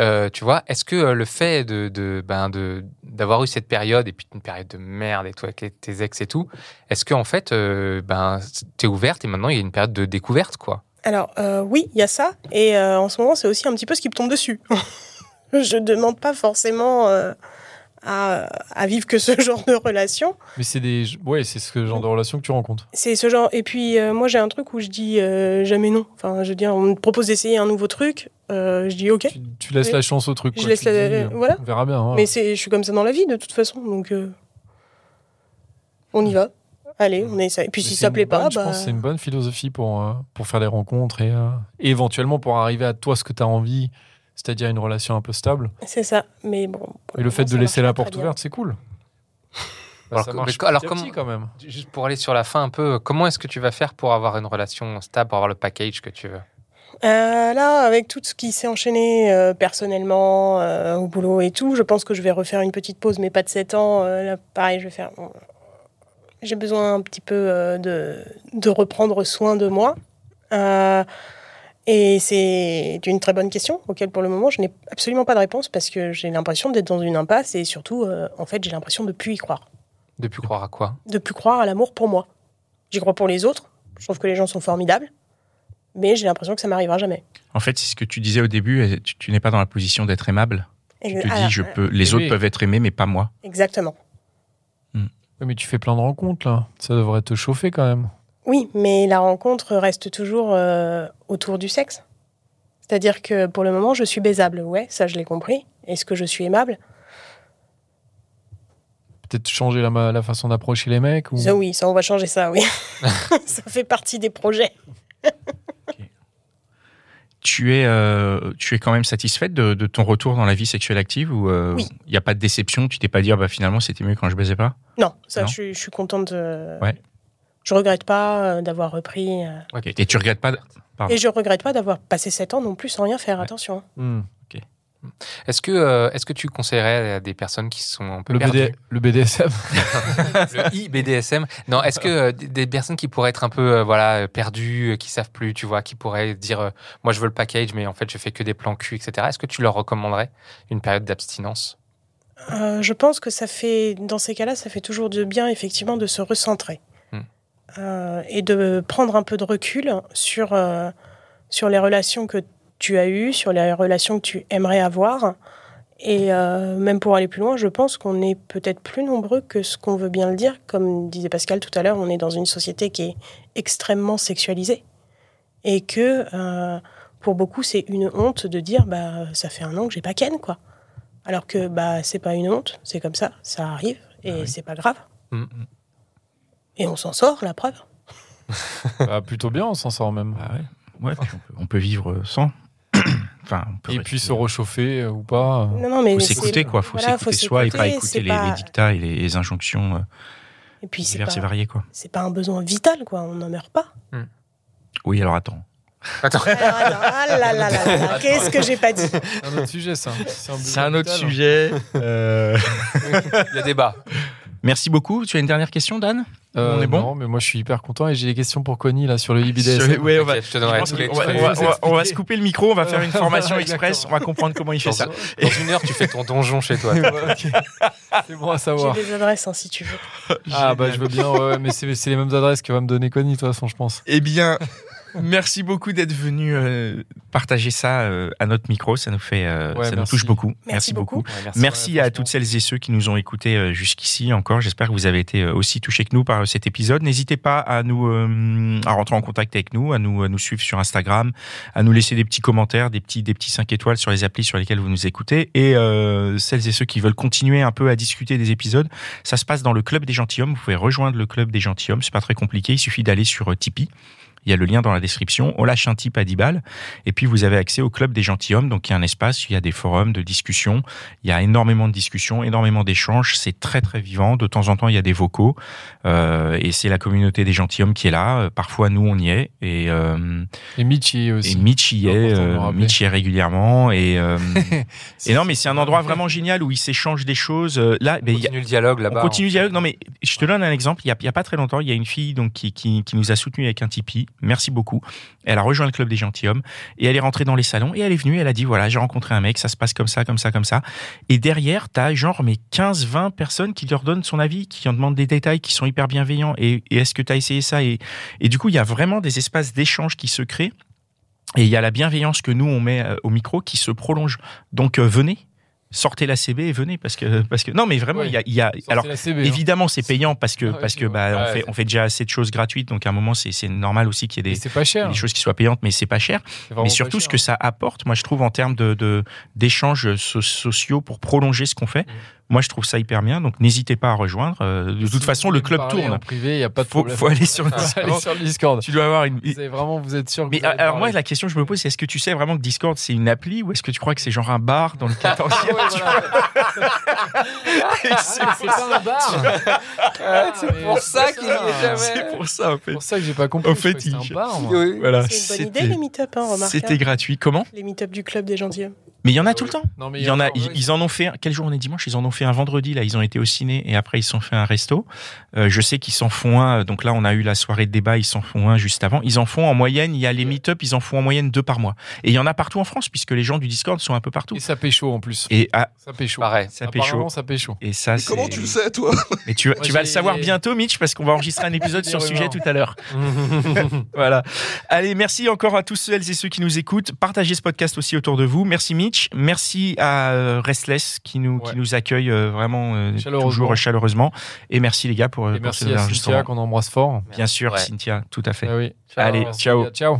Speaker 4: Euh, tu vois, est-ce que euh, le fait de, de, ben de, d'avoir eu cette période, et puis une période de merde, et toi avec les- tes ex et tout, est-ce que en fait, euh, ben, t'es ouverte et maintenant il y a une période de découverte, quoi
Speaker 5: Alors euh, oui, il y a ça. Et euh, en ce moment, c'est aussi un petit peu ce qui me tombe dessus. je demande pas forcément euh, à, à vivre que ce genre de relation.
Speaker 3: Mais c'est des. Ouais, c'est ce que- genre de relation que tu rencontres.
Speaker 5: C'est ce genre. Et puis euh, moi, j'ai un truc où je dis euh, jamais non. Enfin, je veux dire, on me propose d'essayer un nouveau truc. euh, je dis ok.
Speaker 3: Tu, tu laisses
Speaker 5: Oui.
Speaker 3: la chance au truc.
Speaker 5: Je
Speaker 3: Quoi.
Speaker 5: laisse
Speaker 3: Tu te
Speaker 5: la-
Speaker 3: dis,
Speaker 5: euh,
Speaker 3: euh,
Speaker 5: voilà.
Speaker 3: On verra bien. hein.
Speaker 5: Mais c'est, je suis comme ça dans la vie de toute façon. Donc euh, on y va. Allez, on essaie. Et puis
Speaker 3: Mais
Speaker 5: si
Speaker 3: c'est
Speaker 5: ça
Speaker 3: une
Speaker 5: plaît pas,
Speaker 3: bonne- je
Speaker 5: bah,
Speaker 3: pense que c'est une bonne philosophie pour, euh, pour faire des rencontres et, euh, et éventuellement pour arriver à toi ce que tu as envie, c'est-à-dire une relation un peu stable.
Speaker 5: c'est ça. Mais bon. pour
Speaker 3: Et le fait
Speaker 5: moment, ça
Speaker 3: de laisser
Speaker 5: marche
Speaker 3: la
Speaker 5: pas
Speaker 3: porte
Speaker 5: très bien.
Speaker 3: ouverte, c'est cool.
Speaker 4: Alors
Speaker 3: Bah, ça
Speaker 4: que-
Speaker 3: marche
Speaker 4: mais co- alors
Speaker 3: petit à
Speaker 4: comment-
Speaker 3: petit, quand même.
Speaker 4: Juste pour aller sur la fin un peu, comment est-ce que tu vas faire pour avoir une relation stable, pour avoir le package que tu veux
Speaker 5: Euh, là, avec tout ce qui s'est enchaîné euh, personnellement, euh, au boulot et tout, je pense que je vais refaire une petite pause, mais pas de 7 ans. Euh, là, pareil, je vais faire. euh, J'ai besoin un petit peu euh, de, de reprendre soin de moi. Euh, et c'est une très bonne question auquel, pour le moment, je n'ai absolument pas de réponse parce que j'ai l'impression d'être dans une impasse et surtout, euh, en fait, j'ai l'impression de plus y croire.
Speaker 4: Depuis croire à quoi
Speaker 5: De plus croire à l'amour pour moi. J'y crois pour les autres. Je trouve que les gens sont formidables. Mais j'ai l'impression que ça m'arrivera jamais.
Speaker 1: En fait, c'est ce que tu disais au début, euh, tu, tu n'es pas dans la position d'être aimable.
Speaker 5: Et
Speaker 1: Tu te
Speaker 5: Euh, alors,
Speaker 1: dis, je peux, les
Speaker 3: oui.
Speaker 1: autres peuvent être aimés, mais pas moi.
Speaker 5: Exactement.
Speaker 3: Oui, Mais tu fais plein de rencontres là. Ça devrait te chauffer quand même.
Speaker 5: Oui, mais la rencontre reste toujours euh, autour du sexe. C'est-à-dire que pour le moment, je suis baisable, ouais, ça je l'ai compris. Est-ce que je suis aimable
Speaker 3: Peut-être changer la, ma- la façon d'approcher les mecs. Ou...
Speaker 5: Ça oui, ça on va changer ça, oui. ça fait partie des projets.
Speaker 1: Tu es, euh, tu es quand même satisfaite de, de ton retour dans la vie sexuelle active ou euh, il
Speaker 5: Oui.
Speaker 1: n'y a pas de déception Tu t'es pas dit, Ah bah, finalement, c'était mieux quand je baisais pas
Speaker 5: Non, ça
Speaker 1: Non.
Speaker 5: Je, suis- je suis contente. de-
Speaker 1: Ouais.
Speaker 5: Je regrette pas euh, d'avoir repris. euh,
Speaker 1: Et et tu regrettes pas Pardon.
Speaker 5: Et je regrette pas d'avoir passé 7 ans non plus sans rien faire,
Speaker 1: Ah. Ouais.
Speaker 5: attention.
Speaker 3: Hmm.
Speaker 4: Est-ce que, euh, est-ce que tu conseillerais à des personnes qui sont un peu
Speaker 3: Le,
Speaker 4: perdues
Speaker 3: BD... le BDSM.
Speaker 4: le IBDSM. Non, est-ce que euh, des- des personnes qui pourraient être un peu euh, voilà euh, perdues, euh, qui savent plus, tu vois, qui pourraient dire euh, moi je veux le package mais en fait je fais que des plans cul, etc. Est-ce que tu leur recommanderais une période d'abstinence
Speaker 5: Euh, je pense que ça fait, dans ces cas-là, ça fait toujours de bien, effectivement, de se recentrer
Speaker 4: Hmm.
Speaker 5: Euh, et de prendre un peu de recul sur, euh, sur les relations que tu as eues, sur les relations que tu aimerais avoir Et euh, même pour aller plus loin, je pense qu'on est peut-être plus nombreux que ce qu'on veut bien le dire. Comme disait Pascal tout à l'heure, on est dans une société qui est extrêmement sexualisée. Et que euh, pour beaucoup, c'est une honte de dire bah, ça fait un an que j'ai pas Ken, quoi. Alors que bah, c'est pas une honte, c'est comme ça, ça arrive et
Speaker 2: Ah oui.
Speaker 5: c'est pas grave.
Speaker 4: Mm, mm.
Speaker 5: Et on s'en sort, la preuve.
Speaker 3: Bah, plutôt bien, on s'en sort même.
Speaker 2: Bah ouais. Ouais, puis on, peut, on peut
Speaker 1: euh,
Speaker 2: vivre sans. enfin, on peut
Speaker 3: Et
Speaker 2: rester-
Speaker 3: puis se rechauffer euh, ou pas.
Speaker 5: Non, non, mais
Speaker 2: faut
Speaker 5: c'est-
Speaker 2: s'écouter quoi, faut
Speaker 5: voilà,
Speaker 2: s'écouter soi et pas
Speaker 5: s'écouter, c'est
Speaker 2: écouter les,
Speaker 5: pas-
Speaker 2: les dictats et les, les injonctions euh,
Speaker 5: Et puis c'est pas,
Speaker 2: diverses et variées quoi.
Speaker 5: c'est pas un besoin vital, quoi. On n'en meurt pas.
Speaker 2: Oui, alors attends.
Speaker 4: Attends.
Speaker 5: Alors, attends, ah là là là là là, qu'est-ce que j'ai pas dit
Speaker 3: C'est un hein. autre sujet, ça.
Speaker 2: C'est un autre sujet.
Speaker 3: euh.
Speaker 4: Il y a débat.
Speaker 2: Merci beaucoup. Tu as une dernière question, Dan On est bon
Speaker 3: Euh, Non, mais moi, je suis hyper content et j'ai des questions pour Connie là sur le IBDS.
Speaker 2: Sur- ouais, on va-
Speaker 4: T'inquiète, je te
Speaker 2: je
Speaker 4: donnerai
Speaker 2: pense
Speaker 4: tous les
Speaker 2: qu'on va-
Speaker 4: tous les-
Speaker 2: on va- on va- on va se
Speaker 3: expliquer.
Speaker 2: couper le micro, on va faire une formation
Speaker 3: Exactement.
Speaker 2: express, on va comprendre comment il fait ça.
Speaker 4: Dans une heure, tu fais ton donjon chez toi.
Speaker 3: C'est bon à
Speaker 5: J'ai
Speaker 3: savoir.
Speaker 5: des adresses, hein, si tu veux.
Speaker 3: Ah bah je veux bien, ouais, ouais, mais c'est c'est les mêmes adresses que va me donner Connie de toute façon, je pense.
Speaker 2: Eh bien, merci beaucoup d'être venu euh, partager ça euh, à notre micro. Ça nous fait, euh,
Speaker 3: Ouais,
Speaker 2: ça nous
Speaker 3: merci.
Speaker 2: touche beaucoup. Merci,
Speaker 5: beaucoup.
Speaker 2: beaucoup.
Speaker 4: Ouais,
Speaker 2: Merci
Speaker 4: ouais,
Speaker 2: à
Speaker 4: franchement.
Speaker 2: toutes celles et ceux qui nous ont écoutés euh, jusqu'ici encore. J'espère que vous avez été euh, aussi touchés que nous par euh, cet épisode. N'hésitez pas à nous euh, à rentrer en contact avec nous, à nous à nous suivre sur Instagram, à nous laisser des petits commentaires, des petits des petits 5 étoiles sur les applis sur lesquelles vous nous écoutez et euh, celles et ceux qui veulent continuer un peu à discuter des épisodes, ça se passe dans le club des gentilshommes. Vous pouvez rejoindre le club des gentilshommes, c'est pas très compliqué, il suffit d'aller sur euh, Tipeee. Il y a le lien dans la description. On lâche un type à 10 balles. Et puis, vous avez accès au club des gentilshommes. Donc, il y a un espace, il y a des forums de discussion. Il y a énormément de discussions, énormément d'échanges. C'est très, très vivant. De temps en temps, il y a des vocaux. Euh, et c'est la communauté des gentilshommes qui est là. Euh, Parfois, nous, on y est. Et, euh,
Speaker 3: Et Mitch y est
Speaker 2: et
Speaker 3: aussi.
Speaker 2: Mitch y est.
Speaker 3: C'est important de le
Speaker 2: euh,
Speaker 3: rappeler.
Speaker 2: Mitch y est régulièrement. Et, euh, et non, mais c'est un endroit vraiment génial où ils s'échangent des choses. Euh, Là, ben, il y a-
Speaker 4: Continue le dialogue
Speaker 2: on
Speaker 4: là-bas.
Speaker 2: continue le dialogue. Non, mais je te donne un exemple. Il n'y a, il y a pas très longtemps, il y a une fille donc, qui, qui, qui nous a soutenus avec un Tipeee. Merci beaucoup. Elle a rejoint le club des gentilshommes et elle est rentrée dans les salons et elle est venue. Elle a dit voilà, j'ai rencontré un mec, ça se passe comme ça, comme ça, comme ça. Et derrière, tu as genre mais 15, 20 personnes qui leur donnent son avis, qui en demandent des détails, qui sont hyper bienveillants. Et, et est-ce que tu as essayé ça et, et du coup, il y a vraiment des espaces d'échange qui se créent. Et il y a la bienveillance que nous, on met euh, au micro qui se prolonge. Donc, euh, venez, sortez la CB et venez. Parce que, parce que... Non, mais vraiment,
Speaker 3: Oui.
Speaker 2: il y a- il y a, alors,
Speaker 3: alors la CB, hein.
Speaker 2: Évidemment, c'est payant parce que,
Speaker 3: Ah ouais,
Speaker 2: parce que
Speaker 3: ouais.
Speaker 2: bah,
Speaker 4: Ouais,
Speaker 2: on, fait,
Speaker 4: c'est-
Speaker 2: on fait déjà assez de choses gratuites, donc à un moment, c'est c'est normal aussi qu'il y
Speaker 3: Et
Speaker 2: ait des,
Speaker 3: c'est pas cher. hein.
Speaker 2: des choses qui soient payantes, mais c'est pas cher. Mais surtout, ce que ça apporte, moi, je trouve, en termes d'échanges de, d'échanges so- sociaux pour prolonger ce qu'on fait,
Speaker 4: Mhm.
Speaker 2: moi, je trouve ça hyper bien, donc n'hésitez pas à rejoindre. Euh, De toute façon, le club tourne.
Speaker 3: En privé, il y a hein. pas de
Speaker 2: Faut,
Speaker 3: problème.
Speaker 2: faut aller sur le
Speaker 4: Ah,
Speaker 3: Allez
Speaker 2: Discord.
Speaker 3: sur le Discord.
Speaker 2: Tu dois avoir une.
Speaker 3: Vous avez vraiment, vous êtes sûr. que
Speaker 2: Mais
Speaker 3: vous allez
Speaker 2: alors, moi,
Speaker 3: parler.
Speaker 2: la question que je me pose, c'est est-ce que tu sais vraiment que Discord, c'est une appli ou est-ce que tu crois que c'est genre un bar dans le 14e
Speaker 4: hein.
Speaker 3: Ah ouais, voilà. Ah, mais c'est pas un bar.
Speaker 4: Ah,
Speaker 3: Mais
Speaker 4: C'est pour ça qu'il n'y est
Speaker 2: C'est
Speaker 4: jamais.
Speaker 2: pour ça, en
Speaker 3: C'est
Speaker 2: fait.
Speaker 3: pour ça que j'ai pas compris.
Speaker 2: Au
Speaker 3: je crois
Speaker 2: fait,
Speaker 3: que c'était
Speaker 2: il-
Speaker 3: un bar. moi.
Speaker 4: Oui.
Speaker 2: Voilà.
Speaker 5: C'est une bonne idée,
Speaker 2: Ah, C'était-
Speaker 5: les meet-up, hein, remarque.
Speaker 2: C'était
Speaker 5: hein.
Speaker 2: gratuit. Comment
Speaker 5: Les meet-up du club des gentilshommes.
Speaker 2: Mais il y en a tout le temps.
Speaker 3: Non, Ah mais
Speaker 2: Il y en a,
Speaker 3: encore,
Speaker 2: ils,
Speaker 3: ouais.
Speaker 2: ils en ont fait. Quel jour on est dimanche Ils en ont fait un vendredi. Là, ils ont été au ciné et après ils se sont fait un resto. Euh, je sais qu'ils s'en font un. Donc là, on a eu la soirée de débat. Ils s'en font un juste avant. Ils en font en moyenne. Il y a les meet-up. Ils en font en moyenne deux par mois. Et il y en a partout en France puisque les gens du Discord sont un peu partout.
Speaker 3: Et ça pécho en plus.
Speaker 2: Et ah,
Speaker 3: Ça pécho.
Speaker 4: Pareil.
Speaker 2: ça
Speaker 3: Apparemment,
Speaker 2: pécho.
Speaker 3: ça pécho.
Speaker 2: Et ça,
Speaker 6: Mais
Speaker 2: c'est-
Speaker 6: comment tu le sais, toi
Speaker 2: Mais tu, tu
Speaker 3: j'ai
Speaker 2: vas le savoir
Speaker 3: les-
Speaker 2: bientôt, Mitch, parce qu'on va enregistrer un épisode
Speaker 3: Des
Speaker 2: sur le sujet
Speaker 3: rumeurs.
Speaker 2: tout à l'heure. voilà. Allez, merci encore à tous celles et ceux qui nous écoutent. Partagez ce podcast aussi autour de vous. Merci Mitch. Merci à euh, Restless qui nous,
Speaker 3: Ouais.
Speaker 2: qui nous accueille euh, vraiment euh,
Speaker 3: Chaleureusement.
Speaker 2: toujours chaleureusement. Et merci les gars pour, euh,
Speaker 3: Et
Speaker 2: pour
Speaker 3: merci
Speaker 2: ce
Speaker 3: à
Speaker 2: enregistrement.
Speaker 3: Cynthia qu'on embrasse fort.
Speaker 2: Bien sûr,
Speaker 4: Ouais.
Speaker 2: Cynthia, tout à fait.
Speaker 3: Ah oui.
Speaker 2: Allez,
Speaker 3: Merci,
Speaker 2: ciao.
Speaker 3: les gars. Ciao.